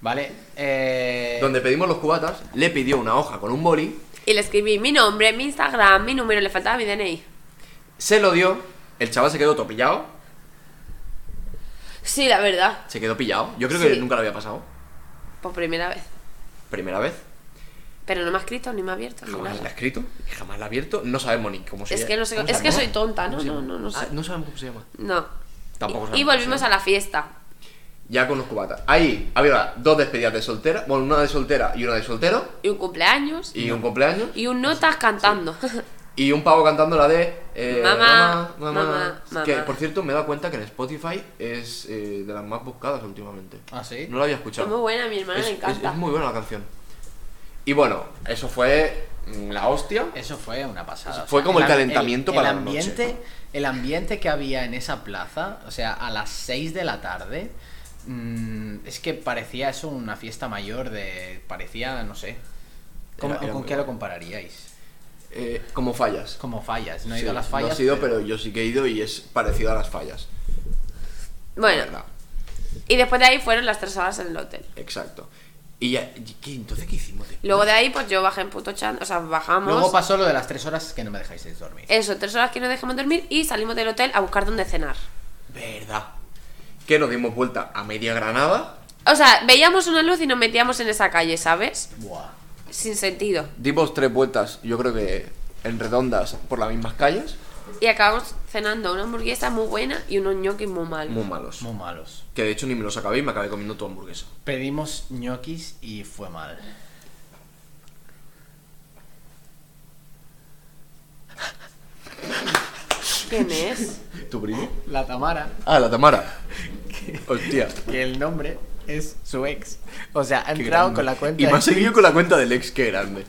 ¿Vale? Eh, Donde pedimos los cubatas, le pidió una hoja con un boli, Y le escribí mi nombre, mi Instagram, mi número, le faltaba mi DNI. se lo dio, el chaval se quedó topillado, Sí, la verdad, se quedó pillado. Yo creo que Sí. nunca lo había pasado. por primera vez. Primera vez. Pero no me ha escrito ni me ha abierto. ni Jamás la nada. ha escrito, jamás la ha abierto. No sabemos ni cómo se Es llama. que no sé- ¿Cómo se es que llama? soy tonta, ¿Cómo ¿no? se llama? No, no, no sé. Ah, no sabemos cómo se llama. No. Tampoco y, y sabemos, volvimos sí. a la fiesta. Ya con los cubatas. Ahí había dos despedidas de soltera. Bueno, una de soltera y una de soltero. Y un cumpleaños. Y un cumpleaños. y un notas cantando. [laughs] Y un pavo cantando la de... eh, Mamá, mamá, Que, mamá. por cierto, me he dado cuenta que en Spotify es eh, de las más buscadas últimamente. ¿Ah, sí? No la había Es escuchado. Pues muy buena, a mi hermana Es- le es- encanta. es muy buena la canción. Y bueno, eso fue mm, la hostia. Eso fue una pasada. o Fue como el am- calentamiento para la noche. ambiente, El ambiente que había en esa plaza, o sea, a las 6 de la tarde, mm, es que parecía eso una fiesta mayor de... parecía, no sé. ¿Cómo- Era- era ¿Con muy qué bueno. lo compararíais? Eh, como fallas. Como fallas, no he Sí, ido a las fallas. No he ido, pero... yo sí que he ido y es parecido a las fallas. La Bueno, verdad. y después de ahí fueron las tres horas en el hotel. Exacto. Y ya, y ¿qué- entonces, ¿qué hicimos? después? Luego de ahí, pues yo bajé en puto chan, o sea, bajamos. Luego pasó lo de las 3 horas que no me dejáis dormir. Eso, tres horas que no dejamos dormir y salimos del hotel a buscar dónde cenar. Verdad. Que nos dimos vuelta a media Granada. O sea, veíamos una luz y nos metíamos en esa calle, ¿sabes? Buah. Sin sentido. Dimos tres vueltas, yo creo que en redondas, por las mismas calles. Y acabamos cenando una hamburguesa muy buena y unos ñoquis muy malos. Muy malos. Muy malos. Que de hecho ni me los acabé y me acabé comiendo tu hamburguesa. Pedimos ñoquis y fue mal. ¿Quién es? ¿Tu primo? La Tamara, Ah, la [laughs] Tamara. Hostia. que el nombre es su ex. O sea, ha qué entrado grande. con la cuenta Y me ha de seguido con la cuenta del ex, que grande.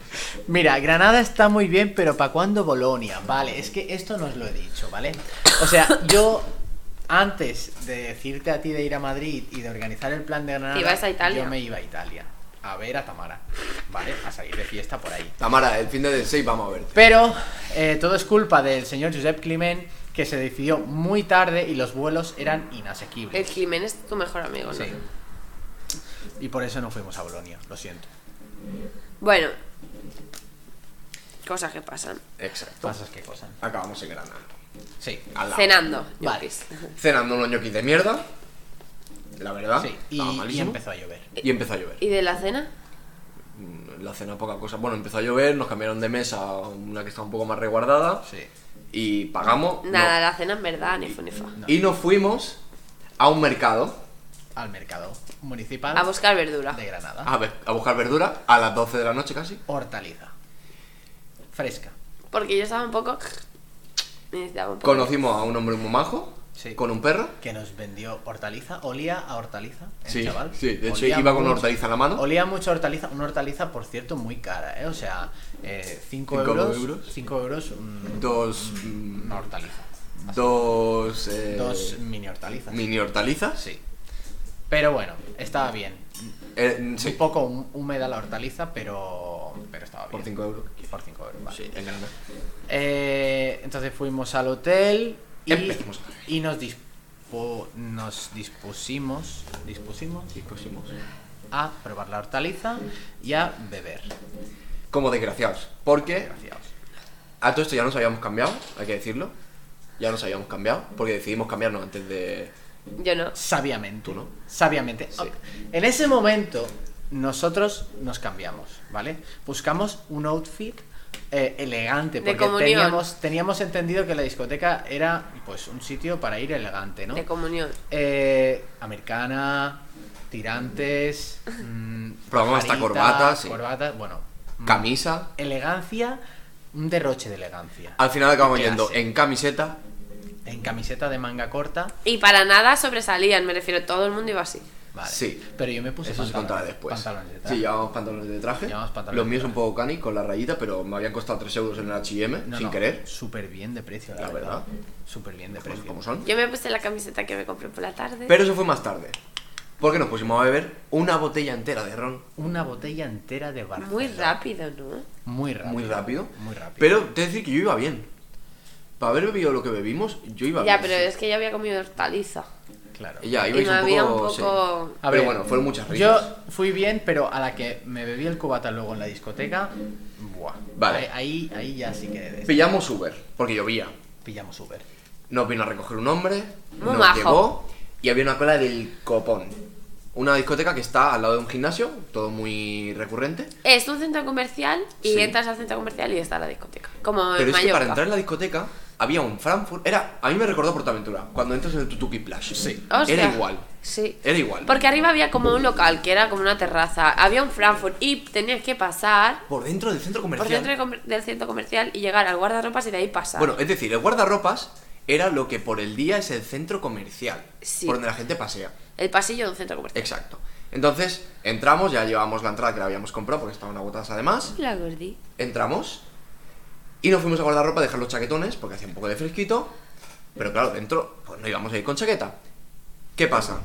Mira, Granada está muy bien, pero ¿para cuándo Bolonia? Vale, es que esto no os lo he dicho, ¿vale? O sea, yo antes de decirte a ti de ir a Madrid y de organizar el plan de Granada, Te ibas a Italia. yo me iba a Italia a ver a Tamara, ¿vale? A salir de fiesta por ahí. Tamara, el fin de 6 vamos a verte. Pero eh, todo es culpa del señor Josep Climent, que se decidió muy tarde y los vuelos eran El inasequibles. Climen es tu mejor amigo, ¿no? Sí. Y por eso no fuimos a Bolonia, lo siento. Bueno, cosas que pasan. Exacto. Pasas que cosas. Acabamos en Granada. Sí. Al lado. Cenando. Vale. ñoquis. Cenando unos ñoquis de mierda. La Ah, verdad. Sí. Y- estaba y malísimo. empezó a llover. Y empezó a llover. ¿Y de la cena? Mm, La cena poca cosa. Bueno, empezó a llover, nos cambiaron de mesa a una que estaba un poco más resguardada. Sí. Y pagamos. no. Nada, la cena en verdad, ni fu ni fa. Y nos fuimos a un mercado al mercado municipal A buscar verdura. de Granada. a, ver- a buscar verdura a las 12 de la noche casi. Hortaliza. Fresca. Porque yo estaba un poco. [sniffs] Necesitaba un poco. Conocimos a un hombre muy majo Sí. con un perro. Que nos vendió hortaliza. Olía a hortaliza. El Sí, chaval. sí, de hecho Olía iba con mucho- hortaliza en la mano. Olía mucho a hortaliza. Una hortaliza, por cierto, muy cara, ¿eh? O sea, 5 Cinco euros. 5 euros. euros. un- Dos. mm, una hortaliza. Dos. eh, Dos mini hortalizas. mini hortalizas. Sí. Pero bueno, estaba bien. Eh, mm, sí. Un poco hú- húmeda la hortaliza, pero, pero estaba bien. Por cinco euros. Por 5 euros, vale. Sí, en Granada. Eh, entonces fuimos al hotel y, Empecemos a ver. y nos, dispu- nos dispusimos, dispusimos Y pusimos. a probar la hortaliza y a beber. Como desgraciados. Porque Desgraciados. a todo esto ya nos habíamos cambiado, hay que decirlo. Ya nos habíamos cambiado. Porque decidimos cambiarnos antes de. Yo no. Sabiamente. Tú no. Sabiamente. Sí. En ese momento nosotros nos cambiamos, ¿vale? Buscamos un outfit eh, elegante De porque comunión. teníamos, teníamos entendido que la discoteca era pues un sitio para ir elegante, ¿no? De comunión. Eh, americana, tirantes, mm, Probamos hasta pajarita, corbatas, sí. corbata, bueno, mm, camisa. Elegancia, un derroche de elegancia. Al final acabamos Clase. yendo en camiseta. En camiseta de manga corta. Y para nada sobresalían, me refiero, todo el mundo iba así. Vale. Sí. Pero yo me puse Eso se Pues pantalones- contará después. Pantalones de traje. sí, llevamos pantalones de traje. Llevamos pantalones Los de míos traje. un poco cani con la rayita, pero me habían costado 3 euros en el HM, No, sin no, querer. Súper bien de precio, la, La verdad. verdad. Súper bien de Cosas precio. como son. Yo me puse la camiseta que me compré por la tarde. Pero eso fue más tarde. Porque nos pusimos a beber una botella entera de ron. Una botella entera de barro. Muy rápido, ¿no? Muy rápido. Muy rápido. Muy rápido. Pero te he de decir que yo iba bien. Para haber bebido lo que bebimos, yo iba Ya, bien. pero es que yo había comido hortaliza. Claro. Ya, Y ibais me un había poco. un poco- sí. A pero ver, bueno, fueron muchas risas. Yo fui bien, pero a la que me bebí el cubata luego en la discoteca. Buah. Vale. Ahí, ahí, ahí ya sí que debes. Pillamos Uber, porque llovía. Pillamos Uber. Nos vino a recoger un hombre, Muy nos majo. llegó y había una cola del copón. Una discoteca que está al lado de un gimnasio, todo muy recurrente. Es un centro comercial y Sí. entras al centro comercial y está la discoteca. Como en Pero es que Mallorca. para entrar en la discoteca había un Frankfurt. Era, a mí me recordó Portaventura, cuando entras en el Tutuki Plash. Sí. Hostia. Era igual. Sí. Era igual. Porque arriba había como un local que era como una terraza. Había un Frankfurt y tenías que pasar Por dentro del centro comercial. por dentro de comer- del centro comercial y llegar al guardarropas y de ahí pasar. Bueno, es decir, el guardarropas era lo que por el día es el centro comercial. Sí. Por donde la gente pasea. el pasillo de un centro comercial. Exacto. Entonces, entramos, ya llevábamos la entrada que la habíamos comprado porque estaban agotadas además. La gordi. Entramos y nos fuimos a guardarropa a dejar los chaquetones porque hacía un poco de fresquito. Pero claro, dentro pues no íbamos a ir con chaqueta. ¿Qué pasa?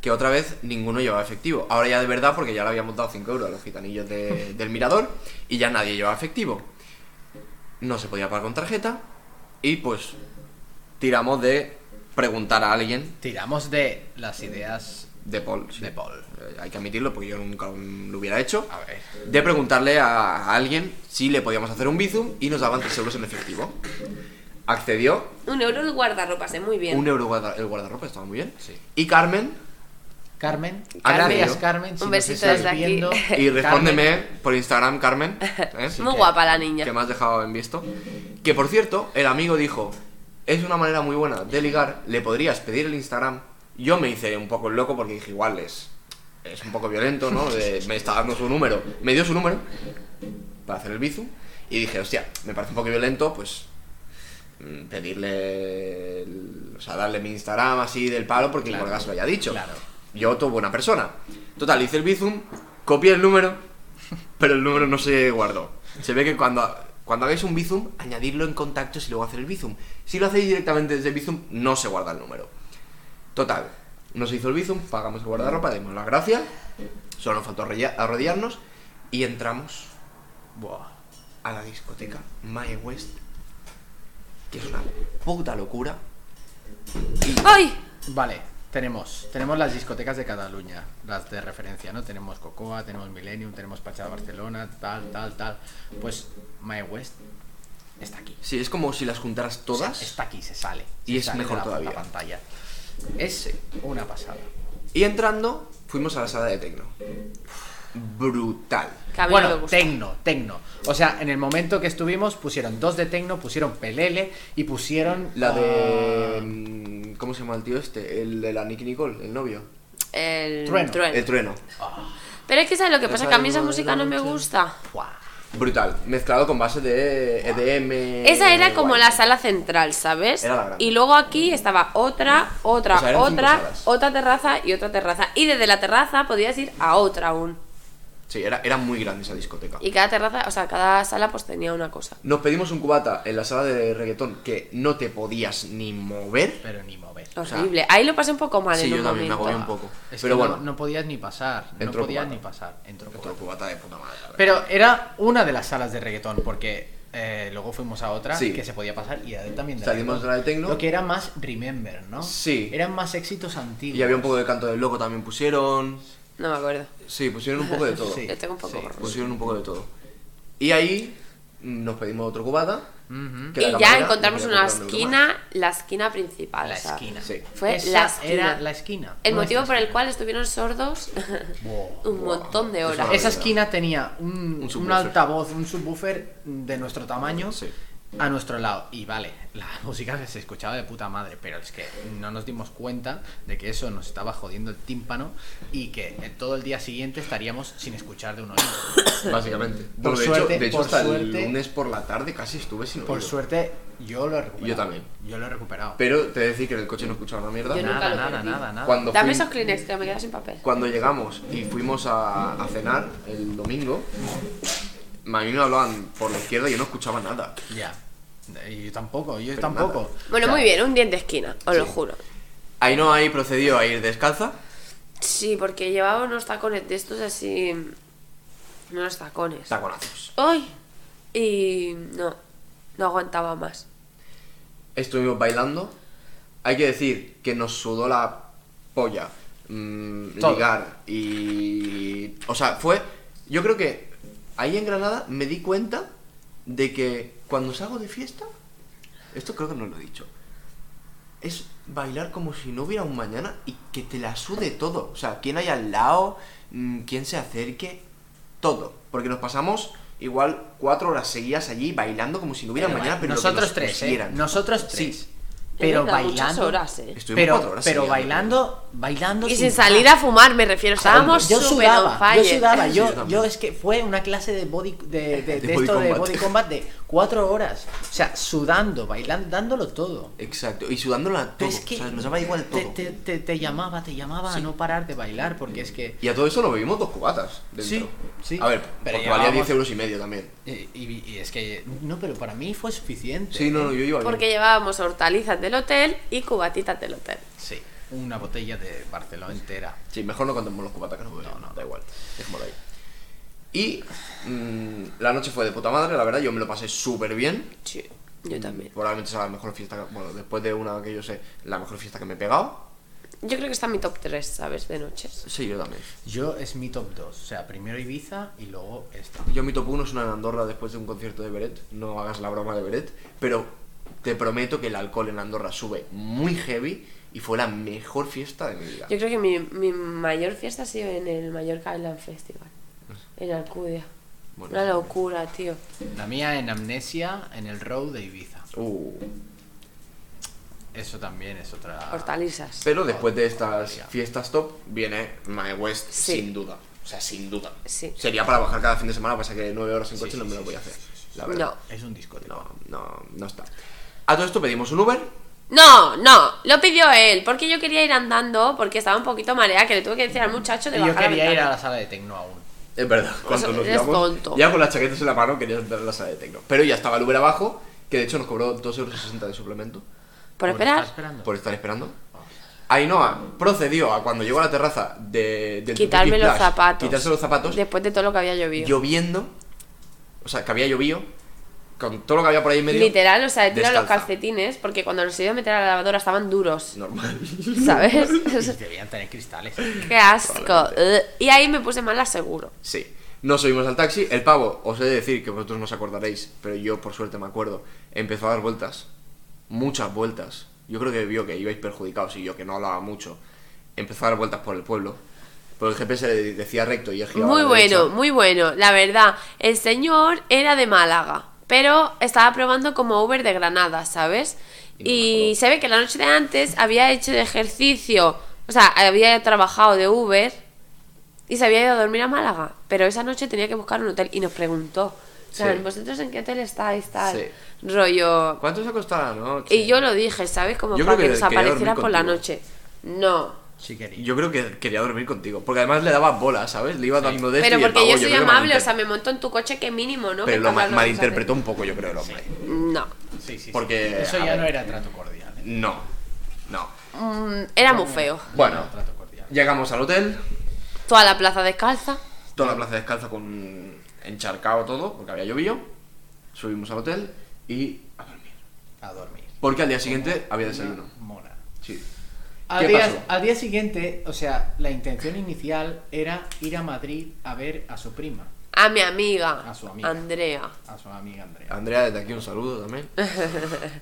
Que otra vez ninguno llevaba efectivo. Ahora ya de verdad, porque ya le habíamos dado 5 euros a los gitanillos de- del mirador y ya nadie llevaba efectivo. No se podía pagar con tarjeta y pues tiramos de preguntar a alguien Tiramos de las ideas de Paul. sí. de Paul. Eh, hay que admitirlo porque yo nunca lo hubiera hecho, A ver. de preguntarle a a alguien si le podíamos hacer un bizum y nos daban 3 euros en efectivo. Accedió, Un euro el guardarropas, eh, muy bien. un euro guarda- el guardarropa, estaba muy bien. Sí. Y Carmen, Carmen, Carmen. gracias Carmen, si nos Un besito estás desde aquí. viendo. [laughs] y [laughs] Carmen, respóndeme por Instagram, [laughs] Carmen, ¿eh? muy que- guapa la niña. que me has dejado en visto. Que por cierto, el amigo dijo, es una manera muy buena de ligar, le podrías pedir el Instagram. Yo me hice un poco el loco porque dije, igual es, es un poco violento, ¿no? De- me está dando su número. Me dio su número para hacer el bizu y dije, hostia, me parece un poco violento, pues mm, pedirle, el- o sea, darle mi Instagram así del palo porque el Claro, colega se lo haya dicho. claro. Yo, todo buena persona. Total, hice el bizum, copié el número, pero el número no se guardó. Se ve que cuando, cuando hagáis un bizum, añadirlo en contactos y luego hacer el bizum. Si lo hacéis directamente desde el bizum, no se guarda el número. Total, nos hizo el bizum, pagamos el guardarropa, dimos las gracias, solo nos faltó arrolla- arrodillarnos y entramos Buah. a la discoteca My West, que es una puta locura. ¡Ay! Vale, tenemos tenemos las discotecas de Cataluña, las de referencia, ¿no? Tenemos Cocoa, tenemos Millennium, tenemos Pachada Barcelona, tal, tal, tal. Pues My West está aquí. Sí, es como si las juntaras todas. O sea, está aquí, se sale. Y se es sale de mejor la puta todavía. pantalla. Es una pasada. Y entrando, fuimos a la sala de tecno. Brutal. Que a mí no me Bueno, gusta. tecno, tecno. O sea, en el momento que estuvimos pusieron dos de tecno, pusieron Pelele y pusieron La de. ah, mm, ¿Cómo se llama el tío este? El de la Nicky Nicole, el novio. El Trueno. El trueno. Pero es que sabes lo que pasa, que a mí esa Esa música no me noche. gusta. ¡buah! Brutal. Mezclado con base de EDM. Esa era Eh, como guay. la sala central, ¿sabes? Era la grande. Y luego aquí estaba otra, otra, O sea, eran cinco otra, salas. otra terraza y otra terraza. Y desde la terraza podías ir a otra aún. Sí, era, era muy grande esa discoteca. Y cada terraza, o sea, cada sala pues tenía una cosa. Nos pedimos un cubata en la sala de reggaetón que no te podías ni mover. Pero ni mover. sea, Horrible. Ahí lo pasé un poco mal sí, en un yo también me momento. agobié un poco. Es Pero que bueno, no, no podías ni pasar, no Entró podías cubata. ni pasar. Entró otro cubata. cubata de puta madre. la verdad. Pero era una de las salas de reggaetón, porque eh, luego fuimos a otra Sí. que se podía pasar y era también de Salimos de la de tecno. Lo que era más Remember, ¿no? Sí. Eran más éxitos antiguos. Y había un poco de canto del loco también pusieron. No me acuerdo. Sí, pusieron un poco de [laughs] todo. Sí. Yo tengo un poco Sí. borroso. Pusieron un poco de todo. Y ahí mm, nos pedimos otro cubata. Ujú. que la Y ya camarera nos encontramos quería una comprar un euro más. esquina, la esquina principal. La o sea, esquina. Sí. Fue Esa la esquina. Era la esquina. nuestra El motivo por el esquina. cual estuvieron sordos [laughs] Wow. un montón de Eso horas. no Esa Verdad. esquina tenía un, un subwoofer. altavoz, un subwoofer de nuestro tamaño Sí. a nuestro lado. Y vale, la [laughs] música se escuchaba de puta madre, pero es que no nos dimos cuenta de que eso nos estaba jodiendo el tímpano y que eh, todo el día siguiente estaríamos sin escuchar de un oído. Básicamente. No, Por de suerte- hecho, de hecho por hasta suerte- el lunes por la tarde casi estuve sin Por oído. suerte, yo lo he recuperado. Yo también. Yo lo he recuperado. Pero te decía que en el coche no escuchaba una mierda. Yo no. nunca nada, lo nada, perdí. nada, nada. Cuando Dame fui- esos Kleenex que me quedo sin papel. Cuando llegamos y fuimos a, a cenar el domingo, a mí me hablaban por la izquierda y yo no escuchaba nada. Ya. Y Yo tampoco, yo Pero tampoco. nada. Bueno, O sea, muy bien, un diente de esquina, os lo juro. Ahí no, ahí procedió a ir descalza. Sí, porque llevaba unos tacones de estos así. Unos tacones. Taconazos. ¡Ay! Y no, no aguantaba más. Estuvimos bailando. Hay que decir que nos sudó la polla. mm, Todo. ligar y... O sea, fue... Yo creo que ahí en Granada me di cuenta de que cuando salgo de fiesta... Esto creo que no lo he dicho. es bailar como si no hubiera un mañana y que te la sude todo. O sea, quién hay al lado, mm, quién se acerque, todo. Porque nos pasamos igual cuatro horas seguidas allí bailando como si no hubiera un mañana, pero lo que nosotros nos tres, ¿eh? pusieran. Nosotros Sí. tres. Pero Mierda, muchas bailando. horas, ¿eh? Estuvimos Pero, cuatro horas pero seguidas. bailando, bailando. Y sin salir a fumar, me refiero. Estábamos yo súper on sudaba, yo fire. sudaba, Sí, yo yo, también. yo es que fue una clase de body [laughs] de, de- de De body esto de combat. body combat de cuatro horas, o sea, sudando, bailando, dándolo todo. Exacto, y sudándola todo. Es que o sea, nos daba igual te, todo. te- te- te llamaba, te llamaba a no parar de bailar porque es que Y a todo eso nos bebimos dos cubatas dentro. Sí, sí. A ver, Pero porque valía llevábamos- 10 euros y medio también. y, eh, y- y es que no, pero para mí fue suficiente. ¿eh? Sí, no, no, yo iba bien. Porque llevábamos hortalizas del hotel y cubatitas del hotel. Sí, una botella de Barcelona entera. Sí, mejor no contemos los cubatas que nos bebemos. No, no. da igual, dejémoslo ahí. Y mm, la noche fue de puta madre, la verdad, yo me lo pasé súper bien. Sí, Mm, yo también. Probablemente sea la mejor fiesta, que- bueno, después de una que yo sé, la mejor fiesta que me he pegado. Yo creo que está en mi top 3, ¿sabes? De noches. Sí, yo también. Yo es mi top 2, o sea, primero Ibiza y luego esta. Yo mi top 1 es una en Andorra después de un concierto de Beret. No hagas la broma de Beret, pero te prometo que el alcohol en Andorra sube muy heavy y fue la mejor fiesta de mi vida. Yo creo que mi, mi mayor fiesta ha sido en el Mallorca Island Festival. En Alcudia. Bueno, Una sí. locura, tío. La mía en Amnesia, en el Row de Ibiza. Uh. Eso también es otra... Hortalizas. Pero después de estas fiestas top viene My West Sí. sin duda. O sea, sin duda. Sí. Sería para bajar cada fin de semana, pasa que 9 horas en Sí, coche sí, no me sí, lo voy a sí, hacer. sí, La verdad. Es un discoteca. No, no, no está. A todo esto pedimos un Uber. No, no, lo pidió él, porque yo quería ir andando, porque estaba un poquito mareada, que le tuve que decir al muchacho de Y yo bajar la quería ir a ventana. la sala de tecno aún. Es verdad, cuando sea, nos eres íbamos, tonto. ya con las chaquetas en la mano quería entrar a la sala de tecno. Pero ya estaba el Uber abajo, que de hecho nos cobró 2,60 euros de suplemento Por ¿Estás esperar, esperando? por estar esperando. Ainhoa procedió a cuando llegó a la terraza de, del quitarme Tupiqui los Flash, zapatos. Quitarse los zapatos, Después de todo lo que había llovido. lloviendo, o sea, que había llovido, con todo lo que había por ahí en medio. Literal, o sea, he tirado los descalza. calcetines, porque cuando los he ido a meter a la lavadora estaban duros, Normal. ¿sabes? [laughs] Y debían tener cristales. Qué asco. Ugh. Y ahí me puse mal, la seguro. Sí. Nos subimos al taxi. El pavo, os he de decir que vosotros no os acordaréis, pero yo por suerte me acuerdo. Empezó a dar vueltas. Muchas vueltas. Yo creo que vio que ibais perjudicados y yo que no hablaba mucho. Empezó a dar vueltas por el pueblo. Por el GPS le decía recto y él giraba a Muy la bueno, derecha. muy bueno, la verdad. El señor era de Málaga, pero estaba probando como Uber de Granada, ¿sabes? Y no Y mejoró. se ve que la noche de antes había hecho ejercicio, o sea, había trabajado de Uber y se había ido a dormir a Málaga, pero esa noche tenía que buscar un hotel y nos preguntó, o sea, Sí. ¿vosotros en qué hotel estáis? Tal? Sí. Rollo, ¿Cuánto se ha costado la noche? Y yo lo dije, ¿sabes? Como Yo para creo que que nos quería dormir apareciera por la contigo. noche. No. Sí quería. Yo creo que quería dormir contigo. Porque además le daba bolas, ¿sabes? Le iba dando de esto Pero y el porque pavo, yo soy creo que amable, o malinter- sea, me monto en tu coche que mínimo, ¿no? Que Pero lo para ma- hablar vamos a hacer. malinterpretó un poco, yo creo, el hombre. No. Sí, sí, sí. Porque, Eso a ya ver. no era trato cordial. ¿eh? No. No. Mm, Era muy feo. Bueno, Trato cordial. llegamos al hotel. Toda la plaza descalza. toda la plaza descalza con encharcado todo, porque había llovido. Subimos al hotel y a dormir. A dormir. Porque al día siguiente había desayuno. Mona. Sí. Al ¿Qué día, pasó? al día siguiente, o sea, la intención inicial era ir a Madrid a ver a su prima, A mi amiga. A su amiga. Andrea. a su amiga Andrea. Andrea, desde aquí un saludo también. Eh,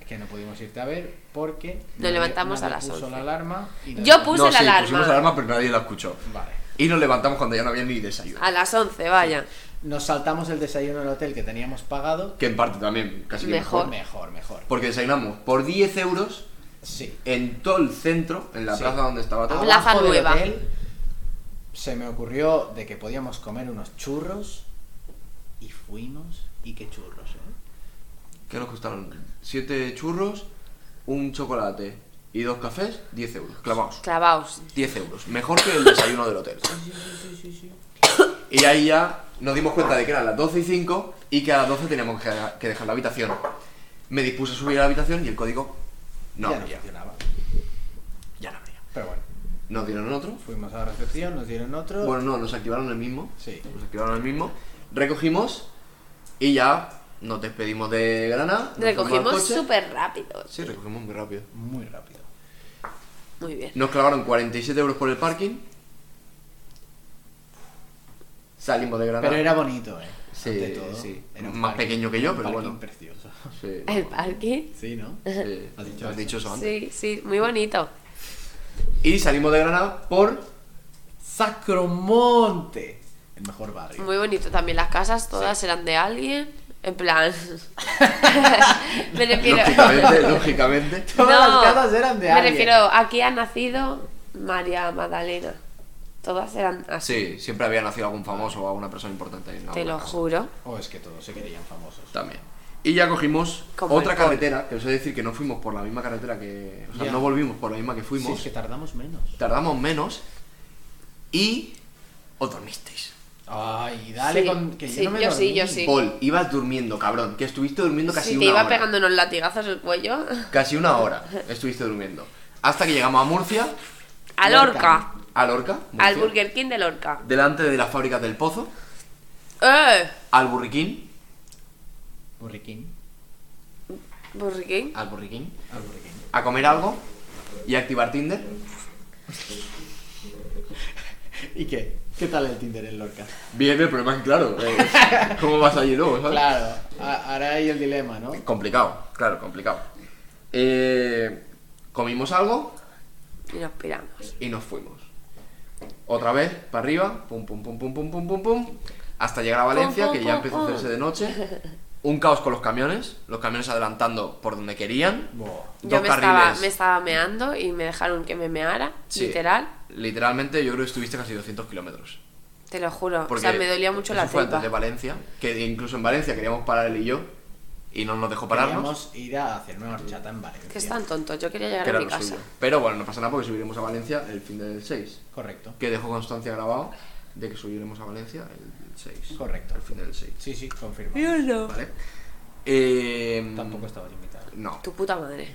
Que no pudimos irte a ver porque. Nos levantamos a las puso 11. la alarma y nos- Yo puse no, la sí, alarma. pusimos alarma, pero nadie la escuchó. Vale. Ah. Y nos levantamos cuando ya no había ni desayuno. A las 11, vaya. Nos saltamos el desayuno del hotel que teníamos pagado. Pues Que en parte también, casi que Mejor. Mejor, mejor. Porque desayunamos por 10 euros Sí. en todo el centro, en la Sí. plaza donde estaba todo. Ah. Habla- Plaza Abajo del Nueva. hotel, se me ocurrió de que podíamos comer unos churros y fuimos. Y qué churros, ¿eh? ¿Qué nos costaron? 7 churros, un chocolate y dos cafés, 10 euros, clavados. Clavaos. 10 euros, mejor que el desayuno del hotel. Y ahí ya nos dimos cuenta de que eran las 12 y 5 y que a las 12 teníamos que que dejar la habitación. Me dispuse a subir a la habitación y el código no ya no había. funcionaba. Ya no había. Pero bueno, Nos dieron otro. fuimos a la recepción, nos dieron otro. Bueno, no, nos activaron el mismo. Sí. Nos activaron el mismo. Recogimos y ya nos despedimos de Granada. nos fuimos al Recogimos coche. súper rápido. Sí, recogimos muy rápido. Muy rápido. Muy bien. Nos clavaron 47 euros por el parking. Salimos de Granada. Pero era bonito, ¿eh? Sí, Ante todo. sí. Era Más pequeño que yo, un pero parking bueno. precioso. [laughs] Sí, ¿El parque? Sí, ¿no? sí, [laughs] ¿Has dicho has eso? dicho eso antes. Sí, sí, muy bonito. Y salimos de Granada por. Sacromonte. El mejor barrio. Muy bonito también. Las casas todas eran de alguien. En [laughs] plan. me refiero. [laughs] Lógicamente, lógicamente. Todas las casas eran de me alguien. refiero, aquí ha nacido María Magdalena. Todas eran así. Sí, siempre había nacido algún famoso o alguna persona importante. en te alguna lo casa. juro. O es que todos se creían famosos. También. Y ya cogimos Como otra el col. carretera, que os he de decir que no fuimos por la misma carretera que. O sea, Ya. no volvimos por la misma que Sí, fuimos. es que tardamos menos. Tardamos menos. Y. Os dormisteis. Ay, dale Sí, con. Que sí, yo no me yo dormí. sí, yo sí. Paul, ibas durmiendo, cabrón. Que estuviste durmiendo casi Si una te iba hora. pegando unos latigazos el cuello. [laughs] Casi una hora estuviste durmiendo. Hasta que llegamos a Murcia, A Lorca. a Lorca. Al Murcia, Burger King de Lorca. Delante de las fábricas del Pozo, ¡Eh! al Burriquín. Burriquín. Burger King. Al Burriquín. Al burriquín. A comer algo y a activar Tinder. ¿Y qué? ¿Qué tal el Tinder en Lorca? Bien, el problema es claro. [laughs] eh, ¿Cómo vas allí luego, sabes? Claro, a- ahora hay el dilema, ¿no? Complicado, claro, complicado. Eh, comimos algo Y nos piramos. y nos fuimos. Otra vez, para arriba, pum, pum, pum, pum, pum, pum, pum, pum, hasta llegar a Valencia, pum, que ya pum, empieza a pum. hacerse [laughs] de noche. Un caos con los camiones, los camiones adelantando por donde querían. Buah. Yo Dos me carriles. estaba, me estaba meando y me dejaron que me meara. Sí. Literal. Literalmente, yo creo que estuviste casi 200 kilómetros. Te lo juro. Porque o sea, me dolía mucho eso la fue antes tripa. de Valencia, que incluso en Valencia queríamos parar él y yo, y no nos dejó pararnos. Queríamos ir a hacer una horchata en Valencia. Que están tontos. Yo quería que llegar era a mi lo casa. suyo. Pero bueno, no pasa nada porque subiremos a Valencia el fin del 6. Correcto, que dejó constancia grabado de que subiremos a Valencia el 6. correcto. Al final del 6. Sí, sí, confirmo. Míralo. ¿Vale? Eh, Tampoco estabas invitado. No. Tu puta madre.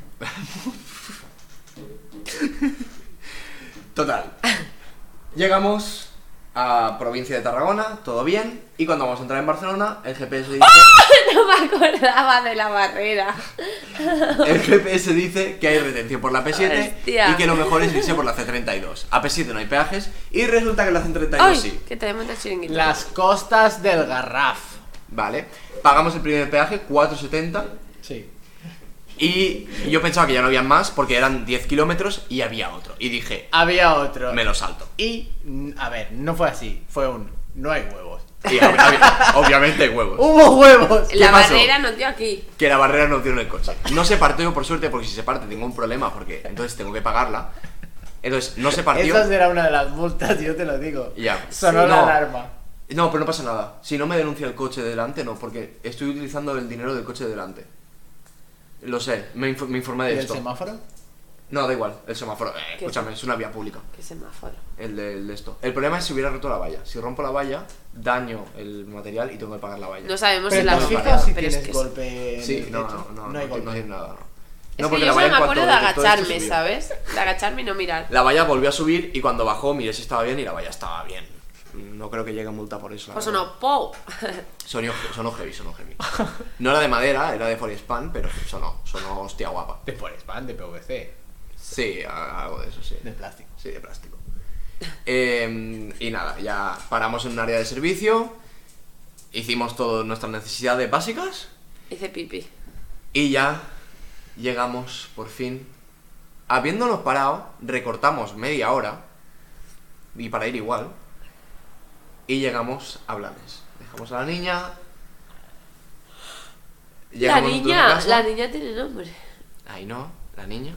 Total. Llegamos a provincia de Tarragona, todo bien. Y cuando vamos a entrar en Barcelona, el GPS dice, [laughs] No me acordaba de la barrera. el GPS dice que hay retención por la P7 Hostia. y que lo mejor es irse por la C32. A P7 no hay peajes y resulta que en la C32 ¡Ay! sí. Que tenemos el chiringuito. Las costas del Garraf. Vale. Pagamos el primer peaje, 4,70. Sí. Y yo pensaba que ya no habían más porque eran 10 kilómetros y había otro. Y dije, Había otro. me lo salto. Y, mm, a ver, no fue así. Fue un. No hay huevos. Y ob- ob- obviamente huevos. ¡Hubo huevos! ¿Qué La pasó? barrera nos dio aquí. Que la barrera no dio en el coche. No se partió por suerte porque si se parte tengo un problema porque entonces tengo que pagarla. Entonces no se partió. Esa será una de las multas, yo te lo digo. Ya. Sonó Sí, la no. alarma. No, pero no pasa nada. Si no me denuncia el coche de delante, no, porque estoy utilizando el dinero del coche de delante. Lo sé, me, inf- me informé ¿Y de el esto. semáforo? No, da igual, el semáforo. Eh, ¿Qué? escúchame, es una vía pública. Qué semáforo. El de, el de esto. El problema es si hubiera roto la valla. Si rompo la valla, daño el material y tengo que pagar la valla. No sabemos Pero si eh, la te no, hemos fijas parado, fijas si pero tienes es que es- golpe. en Sí, el no, techo? no, no, hay golpe. no tiene nada. no. Es No, que porque yo la valla solo me en acuerdo cuanto de detectó esto, agacharme, subió. ¿sabes? De agacharme y no mirar. La valla volvió a subir y cuando bajó, miré si estaba bien y la valla estaba bien. No creo que llegue multa por eso. la Pues verdad. no, ¡pow! Sonó, sonó heavy, sonó heavy. No era de madera, era de Forespan, pero sonó, sonó hostia guapa. De Forespan, de PVC, Sí, a- algo de eso, sí. de plástico. Sí, de plástico. Eh, y nada, ya paramos en un área de servicio, hicimos todas nuestras necesidades básicas Hice pipí. y ya llegamos por fin. Habiéndonos parado, recortamos media hora y para ir igual y llegamos a Blanes. de Dejamos a la niña. La Llegamos nosotros a niña, casa. la niña tiene nombre. Ahí no, la niña.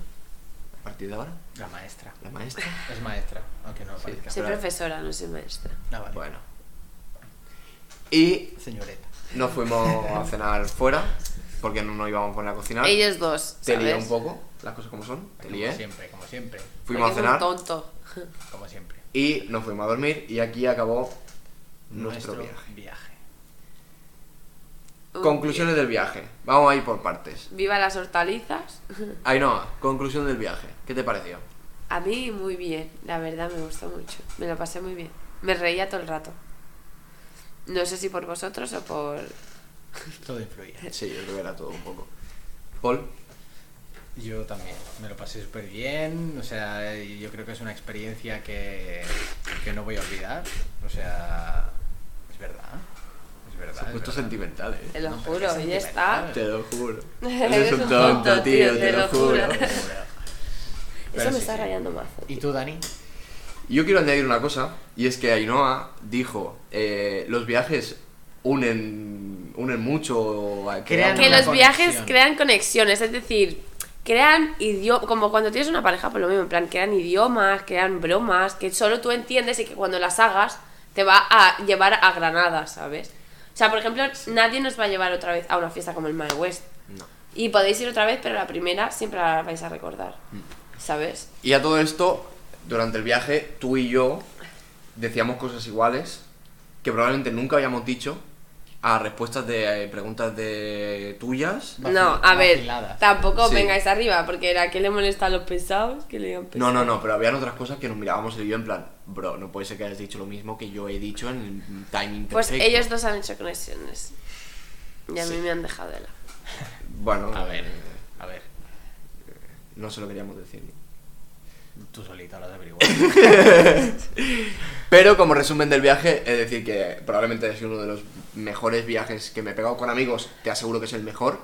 A partir de ahora, La maestra. la maestra. Es maestra, aunque no lo parezca. Soy Claro. profesora, no soy maestra. Ah, vale. Bueno. Y Señoreta. nos fuimos a cenar fuera, porque no nos íbamos a poner a cocinar. Ellos dos, Te lié ¿sabes? un poco, las cosas como son. Te Como lié. siempre, como siempre. Fuimos a Porque es cenar un tonto. Como siempre. y nos fuimos a dormir. Y aquí acabó nuestro viaje. Un- Conclusiones del viaje. Vamos a ir por partes. Viva las hortalizas. [laughs] Ainhoa, conclusión del viaje. ¿Qué te pareció? A mí muy bien, la verdad me gustó mucho. Me lo pasé muy bien. Me reía todo el rato. No sé si por vosotros o por... Todo influía. Sí, yo creo que era todo un poco. Paul, Yo también, me lo pasé súper bien, o sea, yo creo que es una experiencia que, que no voy a olvidar, o sea, es verdad, es verdad. se ha es puesto verdad. sentimental, Te eh. lo No, pero juro, es ya está. [laughs] sentimental. Te lo juro. Eres un tonto, tío, te lo juro. Pero Eso me sí, está sí. rayando mazo. ¿Y tú, Dani? [laughs] Yo quiero añadir una cosa, y es que Ainhoa dijo, eh, los viajes unen, unen mucho a Crean crear que una los conexión. viajes crean conexiones, es decir, crean idiomas, como cuando tienes una pareja, por lo mismo, en plan, crean idiomas, crean bromas, que solo tú entiendes y que cuando las hagas te va a llevar a Granada, ¿sabes? O sea, por ejemplo, nadie nos va a llevar otra vez a una fiesta como el My West. No. Y podéis ir otra vez, pero la primera siempre la vais a recordar, ¿sabes? Y a todo esto, durante el viaje, tú y yo decíamos cosas iguales que probablemente nunca habíamos dicho a respuestas de eh, preguntas de tuyas. Vacil- no, a ver, vaciladas. tampoco Sí. vengáis arriba, porque era que le molesta a los pesados, que le digan No, pesados. no, no, pero habían otras cosas que nos mirábamos el yo en plan, bro, no puede ser que hayas dicho lo mismo que yo he dicho en el timing Pues perfecto". ellos dos han hecho conexiones. Y a mí me han dejado de la. Bueno, A ver, eh, a ver, no se lo queríamos decir. tú solita lo has averiguado. Pero como resumen del viaje, es decir que probablemente es uno de los mejores viajes que me he pegado con amigos, te aseguro que es el mejor.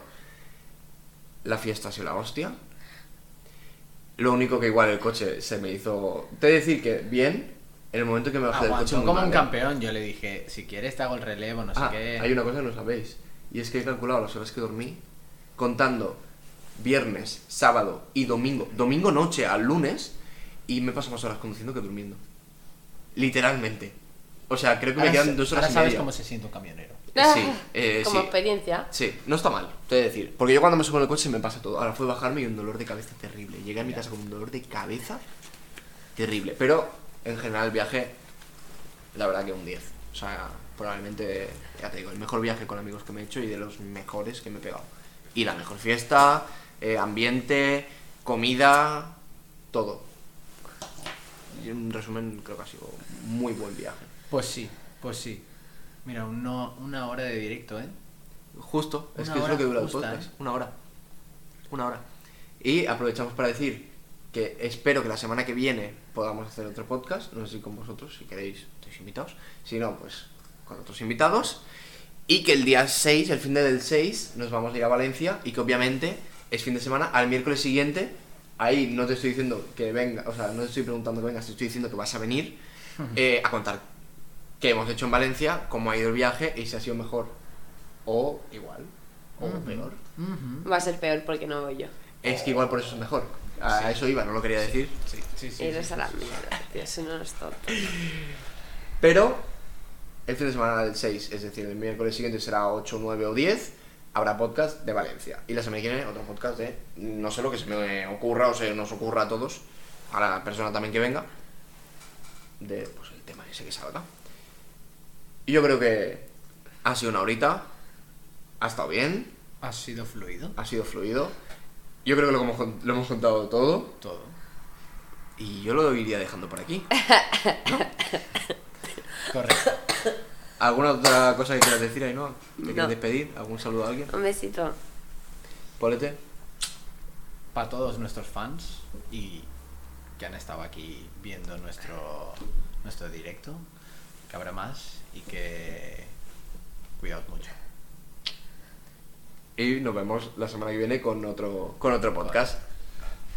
La fiesta ha sido la hostia. Lo único que igual el coche se me hizo... Te he de decir que bien, en el momento que me bajé del coche... Aguantó muy Ah, como mal, un ¿eh? campeón, yo le dije, si quieres te hago el relevo, no Ah, sé qué. hay una cosa que no sabéis, y es que he calculado las horas que dormí contando viernes, sábado y domingo, domingo noche al lunes, y me paso más horas conduciendo que durmiendo. Literalmente. O sea, creo que me Ahora quedan sa- dos horas ahora y sabes media. cómo se siente un camionero. Sí, eh, Ah, Como sí. experiencia. Sí, no está mal, te he de decir. Porque yo cuando me subo en el coche me pasa todo. Ahora fue bajarme y un dolor de cabeza terrible. Llegué a mi casa con un dolor de cabeza terrible. Pero en general el viaje, la verdad que un 10. O sea, probablemente, ya te digo, el mejor viaje con amigos que me he hecho y de los mejores que me he pegado. Y la mejor fiesta, eh, ambiente, comida, todo. Y en resumen, creo que ha sido un muy buen viaje. Pues sí, pues sí. Mira, un no- una hora de directo, ¿eh? Justo, es Una que es lo hora que dura justa, el podcast. ¿eh? Una hora. Una hora. Y aprovechamos para decir que espero que la semana que viene podamos hacer otro podcast. No sé si con vosotros, si queréis, estáis invitados. Si no, pues con otros invitados. Y que el día 6, el fin de del 6, nos vamos a ir a Valencia. Y que obviamente es fin de semana. Al miércoles siguiente, ahí no te estoy diciendo que venga, o sea, no te estoy preguntando que vengas, te estoy diciendo que vas a venir eh, a contar qué hemos hecho en Valencia, cómo ha ido el viaje y si ha sido mejor o igual o Ujú. peor. Va a ser peor porque no voy yo. Es que igual por eso es mejor. A Sí. eso iba, no lo quería decir. Sí, sí, sí. Eres sí, a la sí. mierda, tío, eso no es tonto. Pero el fin de semana del 6, es decir, el miércoles siguiente será 8, 9 o 10, habrá podcast de Valencia. Y la semana que viene otro podcast de, no sé lo que se me ocurra o se nos ocurra a todos, a la persona también que venga, de pues, el tema ese que salga. Y yo creo que ha sido una horita, ha estado bien, Ha sido fluido ha sido fluido. Yo creo que lo hemos, con- lo hemos contado todo. todo. Y yo lo iría dejando por aquí. Correcto. ¿Alguna otra cosa que quieras decir, Ainhoa? ¿Te quieres No. despedir? ¿Algún saludo a alguien? Un besito. Polete. Para todos nuestros fans y que han estado aquí viendo nuestro, nuestro directo, que habrá más y que cuidaos mucho. Y nos vemos la semana que viene con otro, con otro podcast.